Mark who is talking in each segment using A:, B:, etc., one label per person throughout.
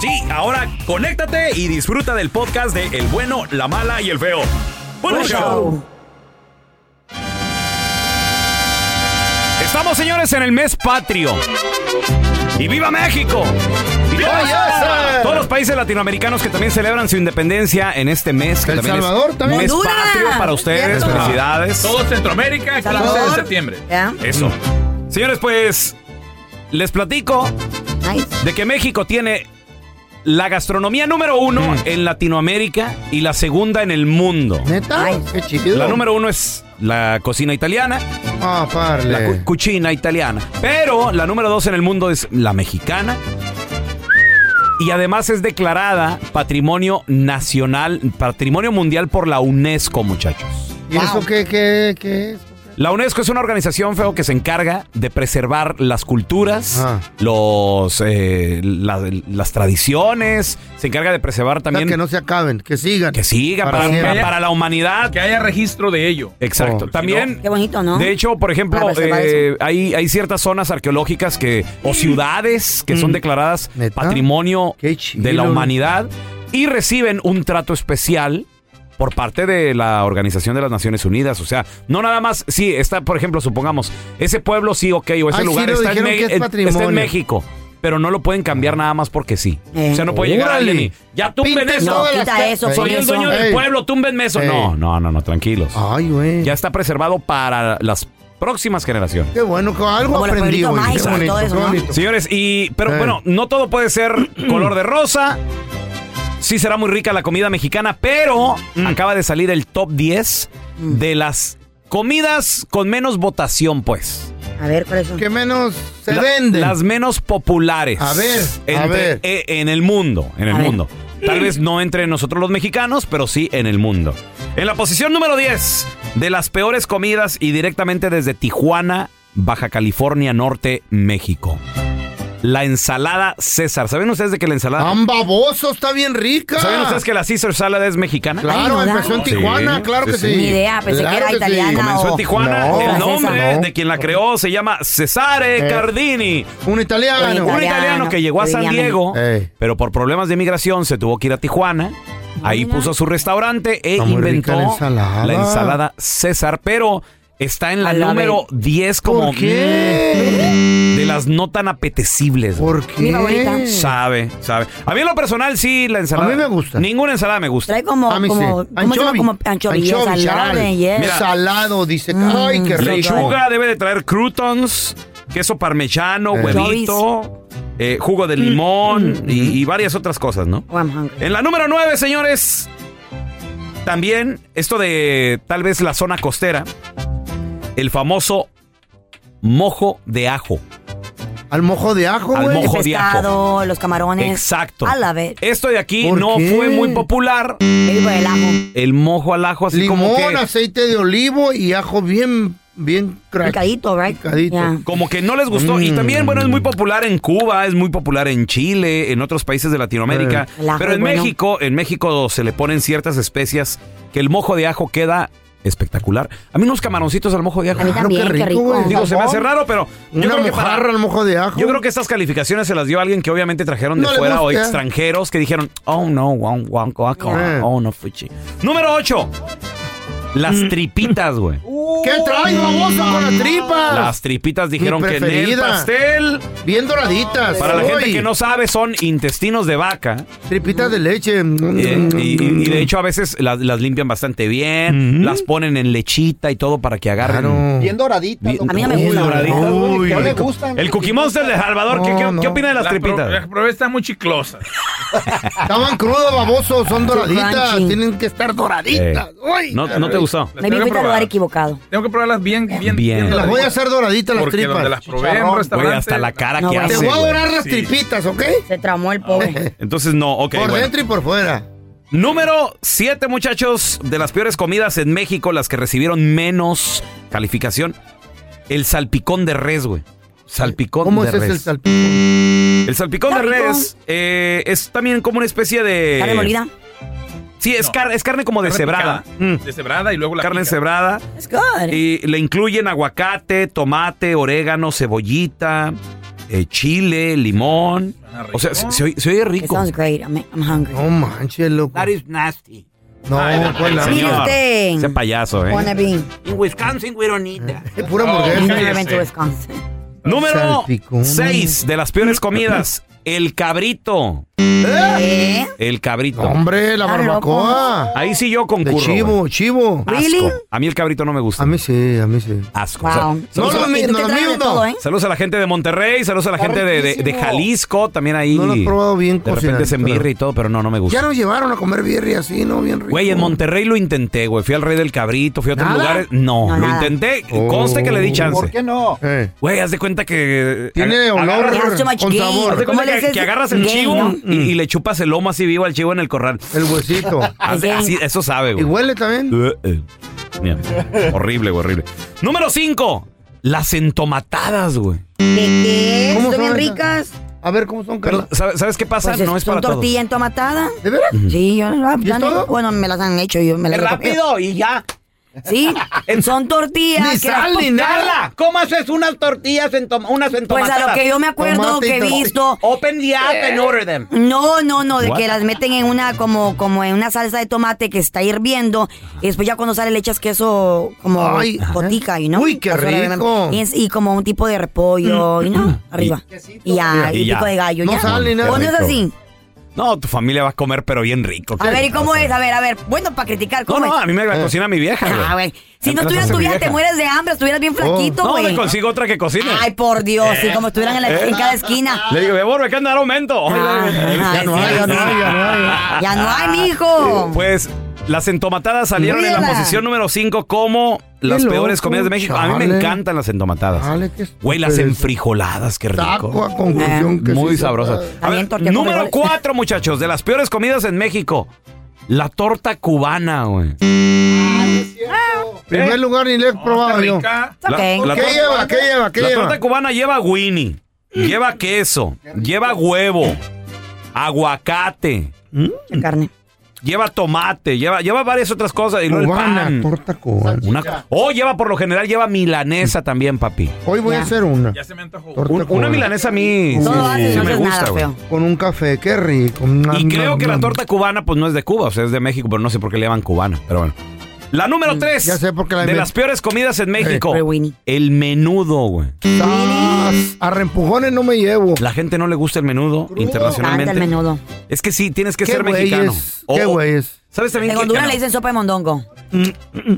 A: Sí, ahora conéctate y disfruta del podcast de El bueno, la mala y el feo. Bueno,
B: Buen
A: show.
B: show.
A: Estamos, señores, en el mes patrio. ¡Y viva México! Y
B: ¡Viva
A: todos-
B: César!
A: Todos los países latinoamericanos que también celebran su independencia en este mes. que
B: El
A: también es
B: Salvador también.
A: Mes
C: Honduras.
A: patrio para ustedes.
B: Cierto.
A: Felicidades.
D: Todo Centroamérica, 15 de
C: Salvador.
D: septiembre.
C: ¿Ya?
A: Eso. Señores, pues les platico
C: Nice.
A: de que México tiene la gastronomía número uno
B: Mm.
A: en Latinoamérica y la segunda en el mundo.
B: ¿Neta?
C: Ay.
B: Qué chido.
A: La número uno es la cocina italiana,
B: Ah, parle.
A: la cu- cucina italiana. Pero la número dos en el mundo es la mexicana. Y además es declarada patrimonio nacional, patrimonio mundial por la UNESCO, muchachos.
B: ¿Y eso qué, qué, qué es?
A: La UNESCO es una organización, feo, que se encarga de preservar las culturas,
B: Ah.
A: los, eh, la- las tradiciones, se encarga de preservar
B: O sea,
A: también
B: que no se acaben, que sigan.
A: que siga
B: Para
A: para,
B: siempre.
A: para- para la humanidad.
D: Que haya registro de ello.
A: Exacto.
D: Oh.
A: también,
C: Qué bonito, ¿no?
A: de hecho, por ejemplo,
C: Para preservar
A: eh, hay, hay ciertas zonas arqueológicas que o ciudades que
C: Mm.
A: son declaradas
B: ¿Neta?
A: patrimonio
B: Qué chido.
A: de la humanidad y reciben un trato especial por parte de la Organización de las Naciones Unidas. O sea, no nada más, sí, está, por ejemplo, supongamos, ese pueblo sí, ok, o ese
B: Ay, sí,
A: lugar
B: lo
A: está, en
B: dijeron
A: Me-
B: que es
A: en- está en
B: patrimonio.
A: México. Pero no lo pueden cambiar nada más porque sí.
C: Eh.
A: O sea, no puede llegar
B: Órale.
A: alguien y, ya tumben
B: Pinten
A: eso.
C: No,
B: todas las
C: quita
B: ca-
C: eso,
B: Ey.
C: con
A: Soy el
C: eso.
A: dueño del
B: Ey.
A: pueblo, túmbenme eso.
B: Ey.
A: No, no, no, no, tranquilos.
B: Ay, güey.
A: Ya está preservado para las próximas generaciones.
B: Qué bueno, que algo
C: Como los
B: aprendí
C: pueblitos
B: hoy.
C: mágicos,
B: Qué bonito,
C: todo eso,
B: qué
C: ¿no?
B: bonito.
A: Señores, y pero
B: Eh.
A: bueno, no todo puede ser color de rosa. Sí será muy rica la comida mexicana, pero
B: Mm.
A: acaba de salir el top 10 de las comidas con menos votación, pues.
C: A ver, ¿cuáles son?
B: Que menos se
A: La-
B: venden.
A: Las menos populares.
B: A ver, a
A: Entre-
B: ver.
A: eh, en el mundo, en el
C: A ver.
A: mundo. Tal vez no entre nosotros los mexicanos, pero sí en el mundo. En la posición número 10 de las peores comidas y directamente desde Tijuana, Baja California Norte, México. La ensalada César. ¿Saben ustedes de que la ensalada...
B: Tan baboso, está bien rica.
A: ¿Saben ustedes que la Caesar Salad es mexicana?
B: Claro,
C: Ay, no,
B: empezó en
A: no.
B: Tijuana,
A: Sí,
B: claro
A: sí,
B: que
A: sí.
B: sí.
C: Ni idea, pensé que era
B: sí.
C: italiana.
A: Comenzó en Tijuana.
B: No.
A: el
C: La
A: nombre
C: César.
A: de quien la creó se llama Cesare
B: Eh.
A: Cardini.
B: Un italiano.
C: Un
A: Un italiano
C: italiano
A: que llegó a
C: que
A: San
C: vivía en
A: Diego,
B: Ey.
A: pero por problemas de migración se tuvo que ir a Tijuana. Ahí
C: Mira.
A: puso su restaurante e
B: Está muy
A: inventó
B: rica la ensalada.
A: la ensalada César, pero está en la
C: A la
A: número 10 como
B: ¿Por qué?
A: mm, de las no tan apetecibles. güey.
B: ¿Por
C: Mi favorita.
B: qué?
A: Sabe, sabe. A mí en lo personal sí la ensalada.
B: A mí me gusta.
A: Ninguna ensalada me gusta.
C: Trae como,
B: A mí sí.
C: como, ¿cómo se llama? Como anchovilla,
B: Anchovy,
C: salada,
B: chale.
C: yes.
B: Mira. Salado, dice. Ay,
C: Mm.
B: qué rico.
A: Lechuga debe de traer croutons, queso parmesano,
B: Eh.
A: huevito, eh, jugo de limón y- y varias otras cosas, ¿no?
C: Mm. Oh, I'm hungry.
A: En la número 9, señores. También esto de tal vez la zona costera. El famoso mojo de ajo.
B: Al mojo de ajo,
A: Al
B: güey.
C: El
A: mojo de ajo.
C: pescado, los camarones.
A: Exacto. ¿Este
C: A la vez.
A: Esto de aquí
B: ¿Por
A: no
B: qué?
A: fue muy popular.
C: El, el ajo.
A: El mojo al ajo, así como
B: Limón,
A: que.
B: aceite de olivo y ajo bien bien crack.
C: Picadito, right?
B: Picadito. Mm.
C: Ya.
A: Como que no les gustó. Y también, bueno, es muy popular en Cuba, es muy popular en Chile, en otros países de Latinoamérica.
B: Eh.
C: El ajo
A: Pero
C: es
A: en
C: bueno.
A: México, en México se le ponen ciertas especias que el mojo de ajo queda espectacular. A mí unos camaroncitos al mojo de ajo.
C: A mí
B: Claro,
C: también, qué rico.
B: güey.
A: Digo, se me hace
B: Sabor.
A: raro, pero yo
B: Una
A: creo que para-
B: mojarra al mojo de ajo.
A: Yo creo que estas calificaciones se las dio alguien que obviamente trajeron de
B: No le
A: fuera o
B: gusta.
A: extranjeros que dijeron, oh no, guau, guau, guau, guau,
B: Eh.
A: oh no, fuchi. Número 8. Las
B: Mm.
A: tripitas, güey.
B: ¿Qué traes, baboso, con las tripas?
A: Las tripitas dijeron que en el
B: preferida.
A: pastel.
B: Bien doraditas.
A: Para la gente
B: Uy,
A: que no sabe, son intestinos de vaca.
B: Tripitas de leche.
A: eh, y, y- y de hecho, a veces las, las limpian bastante bien, las ponen en lechita y todo para que agarren.
B: Claro.
E: Bien doradita.
A: Bien-
C: A mí no me
A: Uy,
C: gusta.
A: doraditas, güey.
B: Mm. Uy.
E: No le gustan.
A: El Cookie Monster de Salvador, ¿qué,
B: No,
A: qué-
B: no.
A: qué opina de las
D: Las pro-
A: tripitas?
D: Las pruebas están muy chiclosas.
B: Estaban crudos, babosos. Son doraditas.
C: crunchy.
B: Tienen que estar doraditas.
A: Eh.
B: Uy.
A: ¿No, ¿No te gustó?
D: Las
C: Me
D: tengo que
C: fuiste al
D: probar.
C: lugar equivocado.
D: Tengo que probarlas bien, bien,
A: Bien.
D: bien.
B: Las voy a
D: doraditas,
B: hacer doraditas las
D: Porque donde
B: tripas.
D: las probé en un
E: Güey,
D: restaurante.
A: Güey, hasta la cara
C: No,
A: que
C: bueno.
B: Te
A: hace.
B: voy a
A: güey.
B: dorar las
D: Sí.
B: tripitas, ¿ok?
C: Se tramó el pobre.
A: Entonces, no, ok.
B: por
A: bueno.
B: dentro y por fuera.
A: Número 7, muchachos, de las peores comidas en México, las que recibieron menos calificación. El salpicón de res, güey. Salpicón
B: ¿Cómo
A: de
B: es ese
A: res.
B: el salpicón?
A: El salpicón de
C: Salpicón.
A: res eh, es también como una especie de.
C: Carne molida.
A: Sí, es,
D: No.
A: car- es carne como
D: Carne
A: deshebrada.
D: picada,
A: Mm.
D: Deshebrada y luego la
A: Carne
D: pican.
A: deshebrada.
C: It's good.
A: Y le incluyen aguacate, tomate, orégano, cebollita, eh, chile, limón.
D: Suena rico.
A: O sea, se, se oye, se oye
C: It
A: rico.
C: sounds great. I'm, I'm hungry.
B: No manches, loco.
F: That is nasty.
B: No, con la
C: Mire usted.
A: Ese payaso, ¿eh?
C: Wanna be.
F: In Wisconsin, we don't need that.
B: Es
D: Oh,
B: pura
C: He's
B: hamburguesa.
D: Cállese.
C: never been to Wisconsin.
A: Número
B: Salpicón.
A: 6 de las peores comidas. El cabrito.
C: ¿Eh?
A: El cabrito.
B: Hombre, la
C: Está loco.
B: barbacoa.
A: Ahí sí yo concurro.
B: De
A: güey.
B: chivo, chivo.
A: Asco.
C: Really?
A: A mí el cabrito no me gusta.
B: A mí sí, a mí sí.
A: Asco.
C: Wow.
A: O sea, saludos,
B: No,
A: a,
B: no,
C: ¿Y tú
B: no,
C: qué
B: no,
C: traes de
B: no.
C: todo, eh?
A: saludos a la gente de Monterrey, saludos a la gente de, de- de
E: riquísimo.
A: Jalisco, también ahí.
B: No lo he probado bien
A: De repente
B: cocinado,
A: se
B: pero-
A: embirra y todo, pero no, no me gusta.
B: Ya nos llevaron a comer birria así, ¿no? Bien rico.
A: Güey, en Monterrey lo intenté, güey. Fui al Rey del Cabrito, fui a otros
B: ¿Nada?
A: lugares. No,
C: No,
A: lo
C: nada.
A: intenté.
B: Oh.
A: Conste que le di
E: ¿Por
A: chance.
E: qué no?
B: Eh.
A: Güey, haz de cuenta que. eh,
B: Tiene
A: aga-
B: olor
A: agarras-
C: That's too much
B: con
C: gay.
A: haz de
B: sabor.
C: ¿Cómo
A: cuenta
C: le
A: que,
C: dices
A: que agarras el
C: gay,
A: chivo
C: no?
A: y, y le chupas el lomo así vivo al chivo en el corral.
B: El huesito.
A: Haz de-
C: Gay.
A: así- eso sabe,
B: ¿Y
A: güey.
B: huele también?
A: Eh, eh. Mira, horrible, güey, horrible. Número 5. Las entomatadas, güey.
C: ¿De qué?
B: ¿Cómo
C: ¿Son bien
B: son?
C: ricas?
B: A ver cómo son, Carla.
A: ¿Sabes, sabes qué pasa?
C: Pues
A: no es
C: son
A: para todos.
C: tortilla entomatada.
B: ¿De veras?
C: Sí, yo la-
B: ¿Y es
C: ya no-
B: todo?
C: Bueno, me las han hecho, yo me las he comido.
F: Rápido y ya.
C: Sí, son tortillas.
B: Ni
C: que las-
B: sal, ni nada.
F: Carla, ¿cómo haces unas tortillas en toma- unas
C: Pues a
F: entomatadas?
C: lo que yo me acuerdo
B: Tomate y
C: que he
B: tomate.
C: visto.
F: Open the app and order them.
C: Eh, No, no, no, de
A: What?
C: que las meten en una como como en una salsa de tomate que está hirviendo y después ya cuando sale le echas queso como
B: Ay,
C: botica y no.
B: uy, qué rico.
C: Y, es- y como un tipo de repollo y no, arriba. Y, ya,
A: Mm. Y
C: y,
A: ya.
C: pico de gallo
B: No
C: ya.
B: sale nada.
C: ¿O no es
A: Rico.
C: así?
A: No, tu familia va a comer, pero bien rico.
C: A ver, ¿y cómo es? A ver, a ver. Bueno, para criticar,
A: No,
C: ¿cómo
A: no,
C: es?
A: a mí me
B: Eh.
A: la cocina mi vieja, güey.
C: Ah, güey. Si
A: Entonces,
C: no estuvieras
A: hace
C: tu
A: mi
C: vida,
A: vieja.
C: te mueres de hambre, estuvieras
B: Oh.
C: bien flaquito,
A: No, le
C: güey.
A: consigo otra que cocine. Eh.
C: Ay, por Dios, sí, como estuvieran en, la- en cada esquina.
A: Le digo, mi amor, me quedan dar aumento.
C: Ah,
B: Ya no
C: sí,
B: hay, ya no
C: sí.
B: hay, ya no hay.
C: Ya no hay, mijo.
A: Pues las entomatadas salieron en la
C: Mírala.
A: posición número 5 como las
B: Qué
A: peores
B: loco,
A: comidas de México. A mí me
B: chale.
A: encantan las entomatadas.
B: Dale, qué
A: Güey, las
B: estupidez.
A: enfrijoladas, qué
B: Taco
A: rico. Eh,
B: a conclusión que
A: Muy
B: sí se
A: sabrosas.
B: puede.
A: A ver,
C: También tortilla con
A: número
C: frijoles.
A: 4, muchachos, de las peores comidas en México. La torta cubana, güey. Eh.
B: Primer lugar ni le he probado yo. ¿Qué
D: rica.
C: It's okay.
A: La- la torta-
B: lleva? ¿Qué lleva? ¿Qué
A: La
B: lleva?
A: torta cubana lleva Winnie, lleva queso, lleva huevo, aguacate,
C: La carne.
A: lleva tomate, lleva, lleva varias otras cosas. Y luego el
B: Cubana,
A: pan.
B: torta cubana.
A: Una, oh, lleva por lo general, lleva milanesa también, papi.
B: Hoy voy a
C: Ya.
B: hacer una.
D: Ya se me antojó.
B: Torta
A: Un- una
B: cubana.
A: milanesa a mí
C: Todo
A: sí,
C: haces,
A: sí
C: no
A: me
C: haces
A: gusta,
C: nada,
A: güey.
C: feo.
B: Con un café, qué rico. Nam,
A: Y creo
B: nam,
A: que la
B: nam.
A: torta cubana, pues no es de Cuba, o sea, es de México, pero no sé por qué le llaman cubana, pero bueno. La número tres
B: Mm, ya sé por qué la
A: de
B: inven- Eh,
A: las peores comidas en México,
C: Pero Winnie.
A: el menudo, güey.
B: Sas, A reempujones no me llevo.
A: La gente no le gusta el menudo internacionalmente.
C: Canta el menudo.
A: Es que sí, tienes que
B: ¿Qué
A: ser mexicano.
B: güeyes?
A: O-
B: ¿Qué güeyes?
A: ¿Sabes también,
C: En
A: que- Mm,
C: Honduras le dicen sopa de mondongo.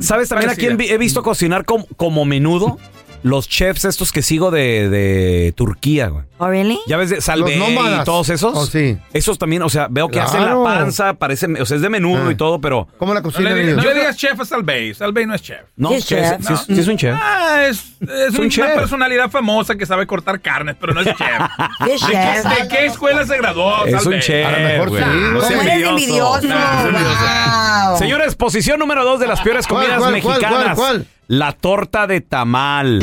A: ¿sabes también a quién vi- he visto cocinar com- como menudo? Los chefs estos que sigo de, de Turquía, güey.
C: ¿Oh, really?
A: Ya ves, de salve
B: Los nómadas.
A: y todos esos.
B: Oh, sí.
A: Esos también, o sea, veo que hacen la
B: Claro.
A: panza, parece, o sea, es de menudo
B: Ah.
A: y todo, pero.
B: ¿Cómo la
D: No le,
B: cocinan
D: digas-
B: ellos?
D: no le digas chef a Salvey. Salvey no es chef.
A: No,
C: Sí, es
A: sí es,
C: chef.
A: sí es- sí es un chef.
D: Ah, es, es
A: un
D: una
A: chef.
D: personalidad famosa que sabe cortar carnes, pero no es chef.
C: ¿Qué
D: ¿De
C: chef?
D: qué, de qué escuela se graduó?
A: Es
D: Salvey? Ah,
A: un chef.
B: A lo mejor
A: güey.
B: sí,
A: No
B: güey.
A: sea
C: ¿Cómo eres envidioso?
D: Nah, es
C: wow.
A: Señores, posición número dos de las peores
B: ¿Cuál,
A: comidas
B: cuál, cuál,
A: mexicanas.
B: cuál, cuál?
A: La torta de tamal.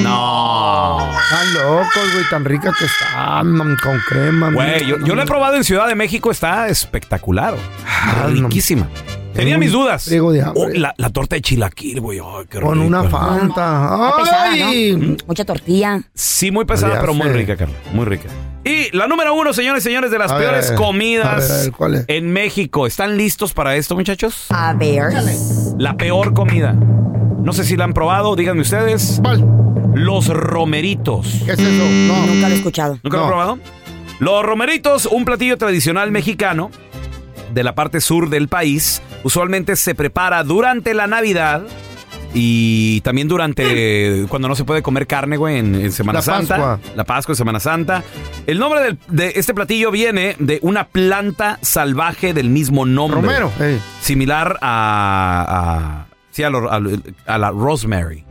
A: No.
B: Están locos, güey, tan ricas que están, man, con crema.
A: Güey, yo, yo la he probado en Ciudad de México, está espectacular.
B: no.
A: Riquísima. Tenía
B: un
A: mis dudas.
B: friego de hambre.
A: Oh, la, la torta de chilaquil, güey. ay, qué
B: Con
A: rico.
B: una fanta.
C: Pesada,
B: ¡Ay!
C: ¿no? Mucha tortilla.
A: Sí, muy pesada,
B: Ya
A: pero muy
B: sé.
A: rica, Carla. Muy rica. Y la número uno, señores y señores, de las
B: A ver,
A: peores
B: a ver,
A: comidas
B: a ver, ¿cuál es?
A: en México. ¿Están listos para esto, muchachos?
C: A ver.
A: La peor comida. No sé si la han probado, díganme ustedes.
B: ¿Cuál?
A: Los romeritos.
B: ¿Qué es eso? No.
C: Nunca lo he escuchado.
A: ¿Nunca lo
B: No.
A: han probado? Los romeritos, un platillo tradicional mexicano de la parte sur del país, usualmente se prepara durante la Navidad y también durante cuando no se puede comer carne, güey, en, en Semana
B: Mm. La
A: Santa.
B: Pascua.
A: La Pascua, Semana Santa. El nombre del- de este platillo viene de una planta salvaje del mismo nombre.
B: Romero. eh.
A: Similar a, a- sí, a lo- a lo- a la rosemary.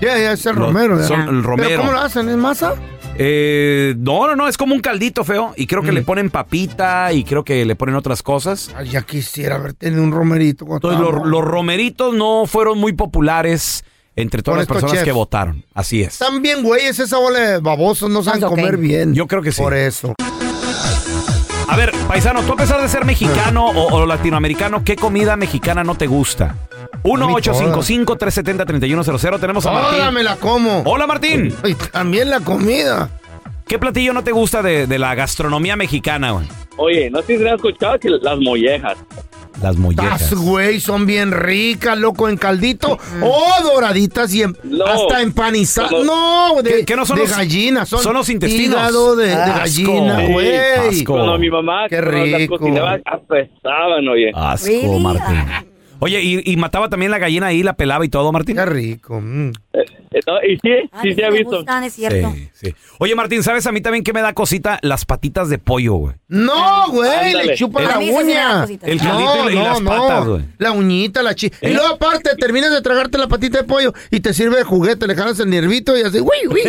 B: Ya, ya, ese es el
A: Lo-
B: Romero. ya.
A: son el
B: ¿Pero
A: romero.
B: cómo lo hacen? ¿Es masa?
A: Eh, no, no, no, es como un caldito feo. Y creo que le ponen papita y creo que le ponen otras cosas.
B: Ay, ya quisiera haber tenido un romerito. cuando
A: Entonces, los,
B: estaba-
A: los romeritos no fueron muy populares entre todas
B: Por
A: las
B: estos
A: personas
B: chefs.
A: que votaron. Así es.
B: Están bien, güeyes, esa bola de babosos no saben
C: That's okay.
B: comer bien.
A: Yo creo que sí.
B: Por eso.
A: A ver, paisano, tú a pesar de ser mexicano o, o latinoamericano, ¿qué comida mexicana no te gusta?
B: A
A: 1-855-370-3100. Tenemos a
B: Ahora
A: Martín.
B: me la como.
A: Hola, Martín.
B: Y también la comida.
A: ¿Qué platillo no te gusta de, de la gastronomía mexicana, güey?
E: Oye, no sé si has escuchado que las mollejas.
A: Las
B: Tas,
A: mollejas.
B: güey, son bien ricas, loco, en caldito. Oh, doraditas y en-
E: No.
B: hasta empanizadas.
E: No.
B: No, de,
A: ¿Qué- qué no son
B: de
A: los-
B: gallina. Son,
A: son los intestinos?
B: Hígado de, de
A: Asco.
B: gallina,
A: Sí,
B: güey.
A: asco.
E: Cuando mi mamá
B: Qué
E: cuando las
B: rico.
E: cocinaba, apestaban, oye.
A: Asco,
C: Really?
A: Martín. Oye, y, y mataba también la gallina ahí, la pelaba y todo, Martín.
B: Qué rico. mm.
E: Eh, no, y sí,
C: Ah,
E: sí se ha
C: me
E: visto.
C: gustan, es cierto.
A: Sí, sí. Oye, Martín, ¿sabes a mí también que me da cosita? Las patitas de pollo, güey.
B: No, güey,
E: Ándale.
B: le chupa
A: El-
B: la
C: A mí esas me dan
B: uña.
C: cositas.
A: El caldito y las patas, güey.
B: La uñita, la chi.
A: ¿Eh?
B: Y luego aparte, terminas de tragarte la patita de pollo y te sirve de juguete, le jalas el nervito y así, güey, güey.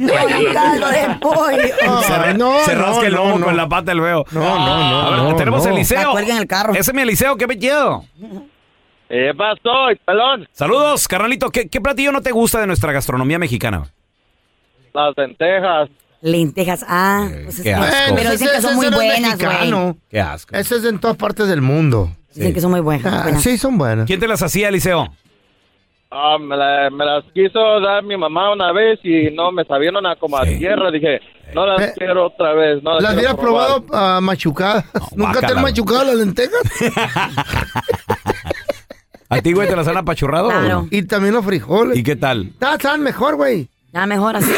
C: Un caldo de pollo.
A: se ra-
B: no,
A: se
B: no,
A: rasca el
B: no,
A: lomo
B: no.
A: con la pata del veo.
B: No, no, no.
A: A ver,
B: no,
A: tenemos
B: no.
A: Ah, el Eliseo.
C: La cuelga en el carro.
A: Ese es mi Eliseo, qué metido.
E: ¿Qué pasó, pelón?
A: Saludos, carnalito. ¿Qué, qué platillo no te gusta de nuestra gastronomía mexicana? güey?
E: Las lentejas.
C: Lentejas. Ah, pues es
A: qué
C: que-
A: asco. Bueno,
C: pero dicen
B: ese-
C: que son
B: ese
C: muy
B: no es
C: buenas, güey.
B: mexicano.
A: Qué asco.
B: Ese es en todas partes del mundo.
C: Dicen que son muy buenas.
B: Ah,
C: buenas.
B: sí, son buenas.
A: ¿Quién te las hacía, Eliseo?
E: Ah, me, la- me las quiso dar mi mamá una vez y no me sabieron a como a
A: Sí.
E: tierra. Dije, no las
B: Eh,
E: quiero otra vez. No las
B: ¿Las
E: quiero
B: hubieras
E: probar.
B: probado ah, machucadas? ¿Nunca te
A: guácala,
B: han machucado las lentejas?
A: ¿A ti, güey, te las han apachurrado?
C: Claro.
B: y también los frijoles.
A: ¿Y qué tal?
B: Ah, están mejor, güey.
C: Nada mejor así.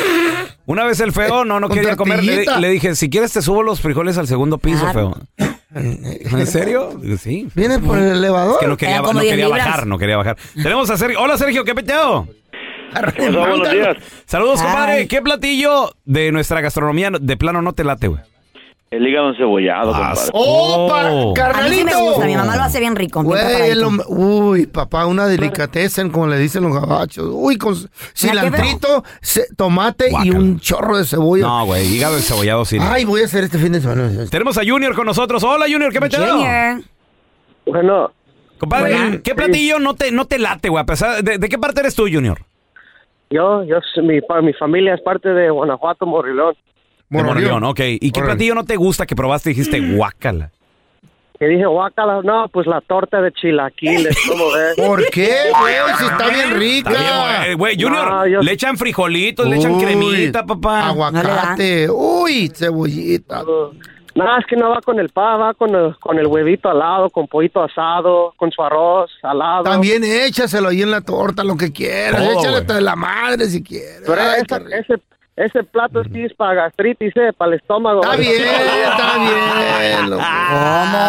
A: Una vez el feo no, no
B: Eh, Con
A: quería comer. Le,
B: tortillita.
A: le dije, si quieres te subo los frijoles al segundo piso,
C: Claro.
A: feo. Dijo, ¿En serio? Digo, Sí.
B: ¿Vienes por el
A: Es
B: elevador?
A: que no quería,
C: Eran como
A: no
C: 10
A: quería
C: libras.
A: bajar, no quería bajar. Tenemos a Sergio. Hola, Sergio, qué peteado.
E: Hola, buenos días.
A: Saludos,
C: Ay.
A: compadre. ¿Qué platillo de nuestra gastronomía de plano no te late, güey?
E: El hígado encebollado, compadre.
B: ¡Opa!
A: Oh.
C: A mí sí me gusta. Mi
B: ¡Carnalito!
C: mamá lo hace bien rico. bien
B: Güey, es
C: preparadito.
B: lo me- uy, papá, una delicatessen, como le dicen los gabachos. Uy, con cilantrito, ce- tomate y
A: Guácala.
B: un chorro de cebolla.
A: No, güey, hígado encebollado sí.
B: Ay, voy a hacer este fin de semana.
A: Tenemos a Junior con nosotros. Hola, Junior, ¿qué peteado?
C: Junior.
E: Bueno,
A: Compadre, ¿qué platillo no te, no te late, güey? A pesar- ¿de, de qué parte eres tú, Junior?
E: yo, yo, mi, mi familia es parte de Guanajuato, Morrilón.
A: De Morrión, ok. ¿Y qué
B: Órale.
A: platillo no te gusta que probaste y dijiste guácala?
E: Que dije, guácala, no, pues la torta de chilaquiles, ¿cómo ves?
B: ¿Por qué, güey? Si está bien rica.
A: Está bien, güey. Eh, güey. Junior,
E: No, yo-
A: le echan frijolitos, le echan
B: Uy,
A: cremita, papá.
B: Aguacate. Uy, cebollita.
E: No, es que no va con el pan, va con el, con el huevito alado, con pollito asado, con su arroz alado.
B: También échaselo ahí en la torta, lo que quieras.
A: Todo,
B: Échale
A: güey.
B: hasta de la madre si quieres.
E: Pero
B: Ay,
E: esa-
B: qué rico.
E: ese, ese plato sí es para gastritis, eh, para el estómago.
A: pues.
B: Está bien, está bien. loco.
C: ¿Cómo?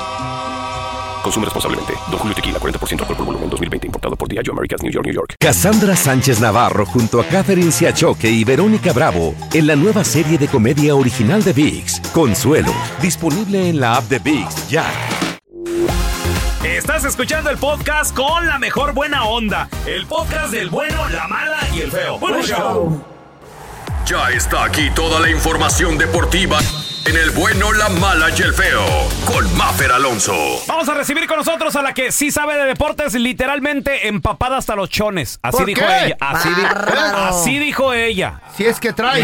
G: Consume responsablemente. Don Julio Tequila, 40% alcohol por volumen, 2020. Importado por Diageo Americas, New York, New York.
H: Cassandra Sánchez Navarro junto a Catherine Siachoque y Verónica Bravo en la nueva serie de comedia original de VIX, Consuelo, disponible en la app de VIX ya.
A: Estás escuchando el podcast con la mejor buena onda. El podcast del bueno, la mala y el feo. Bueno, show.
I: Ya está aquí toda la información deportiva en el bueno, la mala y el feo con Maffer Alonso.
A: Vamos a recibir con nosotros a la que sí sabe de deportes, literalmente empapada hasta los chones. Así
B: ¿Por
A: dijo
B: qué?
A: ella. Así, di-
B: Bárbaro.
A: así dijo ella.
B: Si es que trae.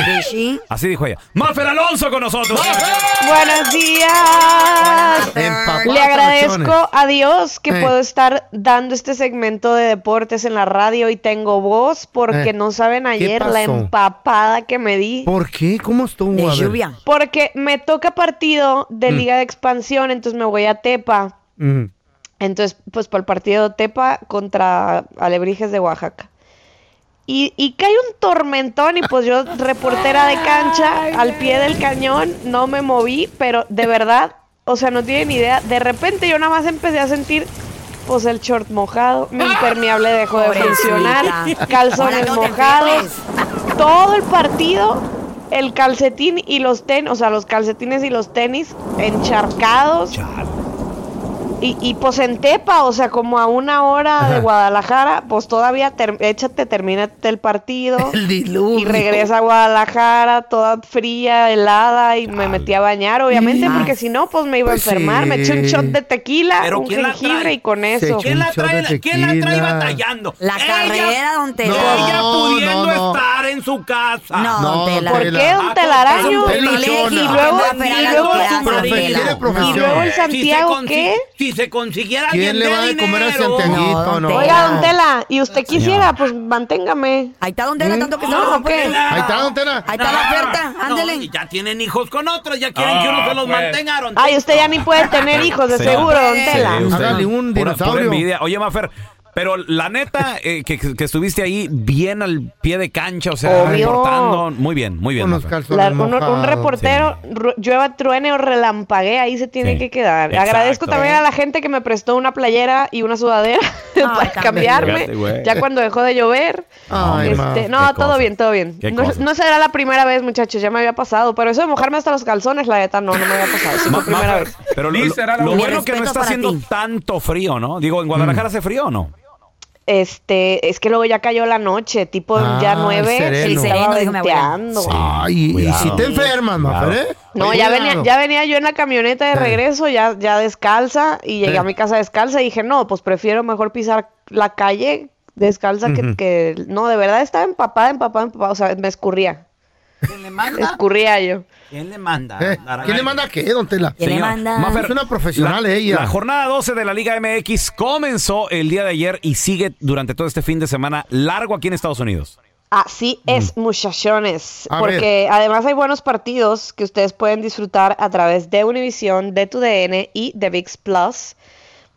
A: Así dijo ella. Mafer Alonso con nosotros.
J: Buenos días. Le agradezco a Dios que
A: Eh.
J: puedo estar dando este segmento de deportes en la radio y tengo voz porque
B: Eh.
J: no saben ayer la
B: pasó?
J: empapada que me di.
B: ¿Por qué? ¿Cómo estuvo? A ver.
J: Porque me toca partido de
B: Mm.
J: Liga de Expansión, entonces me voy a Tepa.
B: Mm.
J: Entonces, pues para el partido Tepa contra Alebrijes de Oaxaca. Y, y cae un tormentón y pues yo, reportera de cancha, al pie del cañón, no me moví, pero de verdad, o sea, no tienen idea. De repente yo nada más empecé a sentir, pues el short mojado, mi impermeable dejó de funcionar,
C: Pobrecita.
J: calzones
C: Ah, Ahora no te
J: mojados, todo el partido, el calcetín y los tenis, o sea, los calcetines y los tenis encharcados. Y, y pues en Tepa, o sea, como a una hora
B: Ajá.
J: de Guadalajara, pues todavía ter- échate, termínate el partido. Y regresa a Guadalajara toda fría, helada, y me metí a bañar, obviamente, porque si no, pues me iba a
F: Pues
J: enfermar. Me eché un
F: sí.
J: shot de tequila,
F: Pero
J: un
F: ¿quién la
J: jengibre
F: trae?
J: y con
F: Se
J: eso.
F: echó ¿Quién un la shot trae- de quién la trae tequila. batallando?
C: La
F: Ella-
C: carrera, don Tela.
F: Ella pudiendo
C: no.
F: estar en su casa. Ah,
C: No, No, don Tela.
J: ¿Por qué un telaraño?
F: Es un
J: Y
F: pelichona.
J: luego,
F: No,
J: y
F: pero
J: luego,
F: la
J: el-
F: profesión.
J: y
F: Tiene
J: luego
F: profesión. Si
J: el
F: se
J: Santiago,
F: consi-
J: ¿qué?
F: Si se consiguiera
B: ¿Quién
F: alguien
B: le
F: de
B: va a de comer a
F: dinero.
B: Santiaguito? No, no.
J: Oiga,
F: Ah.
J: don Tela, y usted quisiera, pues manténgame. Mm.
C: Ahí está don Tela, tanto que se
J: No,
C: lo
J: ¿qué? Ah.
C: rompieron. Ahí está,
B: don Tela.
C: Ahí está la oferta,
F: Ah, No,
C: ándele.
F: y ya tienen hijos con otros, ya quieren que uno se los
A: pues.
F: mantenga. don
J: Ay, usted ya ni puede tener hijos, de
A: Sí.
J: seguro, don
F: Sí,
J: Tela.
A: usted.
B: Hágale un
A: Pura- pura
B: dinosaurio.
A: envidia. Oye, Mafer, pero la neta, eh, que, que estuviste ahí bien al pie de cancha, o sea,
J: Obvio.
A: reportando. Muy bien, muy bien. Mafer.
J: La- un, un reportero, ru- llueva, truene o relampaguee, ahí se tiene
A: Sí.
J: que quedar. Agradezco
A: Exacto.
J: también a la gente que me prestó una playera y una sudadera para cambiarme,
A: Fíjate, güey.
J: ya cuando dejó de llover.
B: Ay,
J: Este,
B: ma.
J: no,
A: Qué
J: todo
A: cosas.
J: bien, todo bien.
A: Qué
J: No,
A: cosas.
J: no será la primera vez, muchachos, ya me había pasado, pero eso de mojarme hasta los calzones, la neta, no, no me había pasado. Sí,
A: Ma-
J: fue primera
A: Mafer,
J: vez.
A: Pero lo,
D: Sí,
A: lo-
D: será la
A: lo
D: única.
A: bueno que no
C: Respeto
A: está
C: para
A: haciendo
C: ti.
A: tanto frío, ¿no? Digo,
B: Mm.
A: ¿en Guadalajara hace frío o no?
J: Este, es que luego ya cayó la noche, tipo
B: Ah,
J: ya nueve,
B: sereno.
J: y
B: Sí,
J: estaba
C: sereno, dijo mi abuela.
J: venteando.
B: Ay, y
A: Cuidado.
B: si te enfermas,
A: Cuidado.
B: Mafer, ¿eh?
J: No, ya venía, ya venía yo en la camioneta de regreso, ya, ya descalza, y llegué
B: Eh.
J: a mi casa descalza y dije, no, pues prefiero mejor pisar la calle descalza que,
B: Ujú.
J: que- No, de verdad estaba empapada, empapada, empapada, o sea, me escurría,
F: ¿Quién le manda?
J: escurría yo.
F: ¿Quién le manda?
B: Eh,
F: Dar
B: ¿Quién le
F: aire.
B: manda qué, don Tela?
C: ¿Quién le
A: Señor,
C: manda?
A: Mafer,
B: Es una profesional
A: la,
B: ella.
A: La jornada 12 de la Liga MX comenzó el día de ayer y sigue durante todo este fin de semana largo aquí en Estados Unidos.
J: Así es, muchachones,
B: Mm. A
J: porque además hay buenos partidos que ustedes pueden disfrutar a través de Univision, de TUDN y de VIX Plus,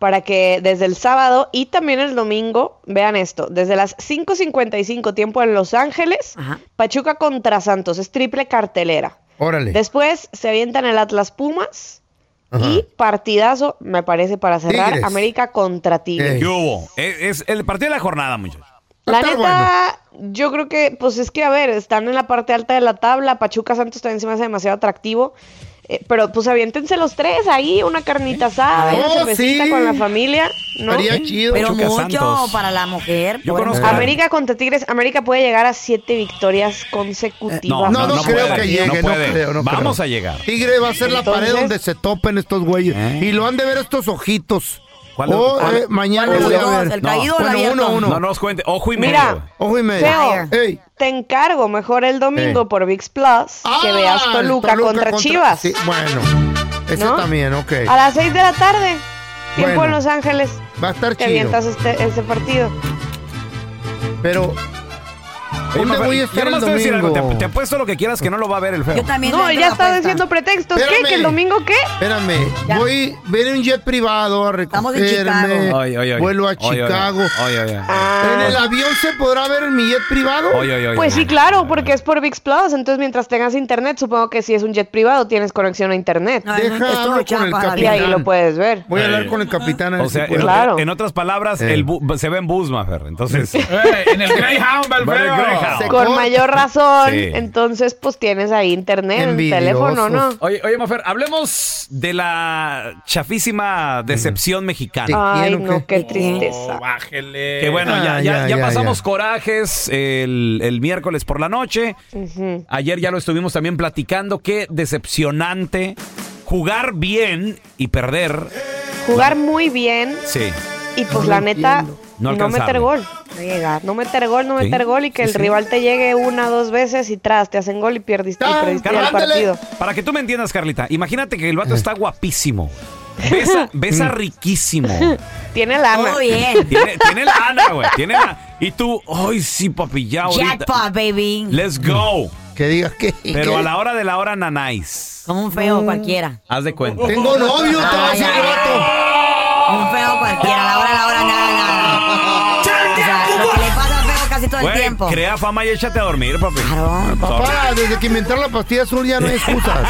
J: para que desde el sábado y también el domingo, vean esto, desde las 5.55 tiempo en Los Ángeles,
C: Ajá.
J: Pachuca contra Santos, es triple cartelera.
B: Órale.
J: Después se avientan el Atlas Pumas y partidazo, me parece, para cerrar,
B: Tigres.
J: América contra Tigres.
A: ¿Qué hubo? E, Es, es el partido de la jornada, muchachos.
J: La
B: Está
J: neta, yo creo que, pues es que, a ver, están en la parte alta de la tabla. Pachuca Santos también se me hace demasiado atractivo. Eh, pero pues aviéntense los tres ahí, una carnita asada, una
C: Oh,
J: cervecita
C: sí.
J: con la familia, ¿no?
C: Pero mucho para la mujer.
J: Bueno,
C: pobre mujer.
J: América contra Tigres, América puede llegar a siete
C: Eh,
J: victorias
A: No,
J: consecutivas.
A: no, no,
B: creo
A: puede,
B: que llegue, no
A: puede.
B: creo, no
A: Vamos
B: creo.
A: a llegar. ¿Eh?
B: Tigre va a ser la
J: Entonces-
B: pared donde se topen estos güeyes. Y lo han de ver estos ojitos.
A: ¿Cuál-
B: Oh,
A: cuál-
B: eh, mañana
A: cuál
B: voy
A: de los
B: a
A: dos?
B: ver.
A: ¿El caído o el
B: bueno,
A: abierto?
B: uno, uno.
A: No nos cuente. Ojo y medio.
J: Mira,
B: Ojo y medio.
J: Feo,
B: Ey.
J: te encargo mejor el domingo
B: Ey.
J: por VIX Plus que veas
B: Ah, el
J: Toluca, contra, Chivas.
B: Sí, bueno, ese
J: ¿No?
B: también, ok.
J: A las 6 de la tarde, tiempo
B: Bueno.
J: en Los Ángeles.
B: Va a estar
J: Te
B: chido.
J: avientas este, este partido.
B: Pero ¿Dónde
A: Mafer,
B: voy a
A: yo
B: estar
A: nomás
B: el
A: te voy a decir algo,
B: domingo?
A: Te, te apuesto lo que quieras que no lo va a ver el feo.
J: No, ya está diciendo pretextos. ¿Qué?
B: Espérame.
J: ¿Que el domingo qué?
B: Espérame, voy, viene un jet privado a
J: Estamos en
B: recogerme.
J: Chicago.
A: Ay, ay, ay.
B: Vuelo a
A: Ay, ay, ay.
B: Chicago.
A: Ay, ay, ay.
B: ¿En el avión se podrá ver mi jet privado?
A: Ay, ay, ay,
J: Pues
A: ay.
J: sí, claro, porque es por VIX Plus. Entonces, mientras tengas internet, supongo que si es un jet privado, tienes conexión a internet.
B: Deja hablar con el capitán.
J: Y ahí lo puedes ver.
B: Voy a hablar con el capitán. a ver
A: O
B: si
A: sea, en,
B: puedo. Eh.
A: otra- en otras palabras, el bu- se ve en bus, Mafer. Entonces.
D: en el Greyhound, va el
A: Va en el
D: feo.
A: Greyhound.
J: Con mayor razón,
A: Sí.
J: entonces pues tienes ahí internet, en el teléfono, ¿no?
A: Oye, oye, Mafer, hablemos de la chafísima decepción mexicana.
J: Ay, no, qué tristeza.
D: Bájele.
A: Que bueno, ya,
D: Ah,
A: ya,
D: ya,
A: ya
D: ya,
A: pasamos
D: ya.
A: corajes el, el miércoles por la noche.
J: Ujú.
A: Ayer ya lo estuvimos también platicando. Qué decepcionante jugar bien y perder.
J: Jugar muy bien
A: Sí.
J: y pues la neta
A: No
J: no,
A: alcanzarle.
J: meter gol. No meter gol, no
A: Sí,
J: meter gol y que
A: sí,
J: el
A: sí.
J: rival te llegue una dos veces y tras, te hacen gol y perdiste, y perdiste el partido. Eh.
A: Para que tú me entiendas, Carlita, imagínate que el vato está guapísimo. Besa, besa riquísimo.
J: Tiene lana.
C: Todo bien.
A: Tiene, tiene lana, güey. Tiene lana. Y tú, ay, sí, papi, ya ahorita.
C: Jackpot, baby.
A: Let's go.
B: Que digas que.
A: Pero a la hora de la hora, nanáis.
C: Como un feo cualquiera.
A: Haz de cuenta.
B: Tengo novio, te va a
C: Ay,
B: decir
C: ay,
B: el vato.
C: Un feo cualquiera. La hora, la hora, nada, nada. O sea, lo que le pasa a feo casi todo el
A: Güey,
C: tiempo.
A: crea fama y échate a dormir, papi. pues,
B: Papá, desde que inventaron la pastilla azul ya no hay excusas.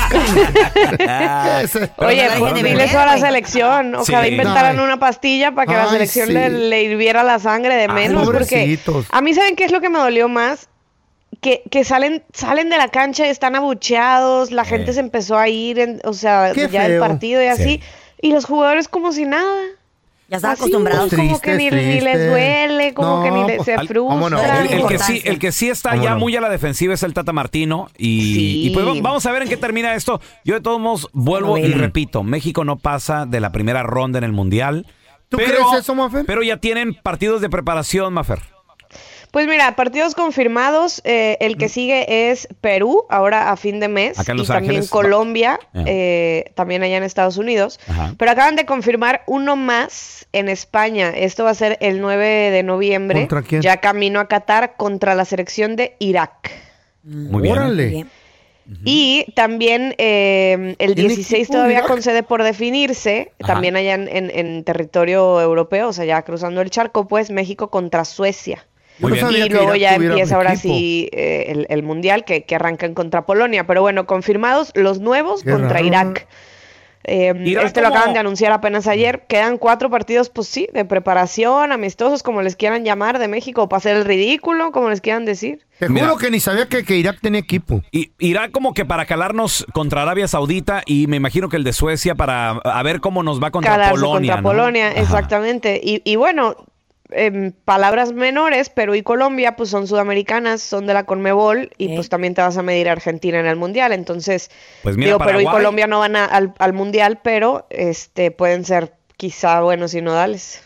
B: Ese-
J: Oye, pues diles a la selección. Ojalá
B: Sí.
J: inventaran
B: Ay.
J: una pastilla para que la
B: Ay,
J: selección
B: sí.
J: le, le hirviera la sangre de
B: Ay,
J: menos. porque
B: pobrecitos.
J: a mí, ¿saben qué es lo que me dolió más? Que, que salen, salen de la cancha y están abucheados, la gente se empezó a ir, en- o sea,
C: Qué
J: ya del
C: feo.
J: partido y
C: Sí.
J: así. Y los jugadores como si nada.
C: Ya están
J: Así,
C: acostumbrados.
J: Como que ni,
C: Triste,
J: ni
C: triste.
J: les duele, como
C: No,
J: que ni le- se
A: pues, Al-
J: frustran.
A: El, el que sí, el que sí está
D: ¿Cómo
A: ya
D: no?
A: muy a la defensiva es el Tata Martino. Y,
D: Sí.
A: y pues va- vamos a ver en qué termina esto. Yo de todos modos vuelvo y
D: Novela.
A: repito, México no pasa de la primera ronda en el Mundial.
B: ¿Tú crees eso, Mafer?
A: Pero ya tienen partidos de preparación, Mafer.
J: Pues mira, partidos confirmados, eh, el que sigue es Perú, ahora a fin de mes,
A: Mm. Acá en
J: y
A: Los
J: también
A: Ángeles.
J: Colombia,
A: Ah.
J: eh, también allá en Estados Unidos.
A: Ajá.
J: Pero acaban de confirmar uno más en España. Esto va a ser el 9 de noviembre,
A: ¿Contra quién?
J: ya camino a Qatar contra la selección de Irak.
A: Muy bien.
B: Órale.
J: Y también eh, el
B: ¿Tiene
J: 16
B: equipo
J: todavía
B: Irak?
J: con sede por definirse,
A: Ajá.
J: también allá en, en- en territorio europeo, o sea, ya cruzando el charco, pues México contra Suecia.
A: Muy bien.
J: Y luego ya empieza ahora sí eh, el, el mundial que, que arrancan contra Polonia. Pero bueno, confirmados los nuevos
A: Qué
J: contra
A: raro.
J: Irak. Eh,
A: Irak
J: este lo
A: como-
J: acaban de anunciar apenas ayer. Quedan cuatro partidos, pues sí, de preparación, amistosos, como les quieran llamar, de México, para hacer el ridículo, como les quieran decir.
B: Te
A: Mira.
B: juro que ni sabía que, que Irak tenía equipo.
A: Y irá como que para calarnos contra Arabia Saudita y me imagino que el de Suecia para a ver cómo nos va contra
J: Calarse
A: Polonia.
J: contra
A: ¿no?
J: Polonia,
A: Ajá.
J: exactamente. Y, y bueno, em, palabras menores, Perú y Colombia, pues son sudamericanas, son de la Conmebol y pues también te vas a medir a Argentina en el mundial. Entonces,
A: Pues mira,
J: digo, Perú y
A: Paraguay.
J: Colombia no van a- al, al mundial, pero este pueden ser quizá buenos y nodales.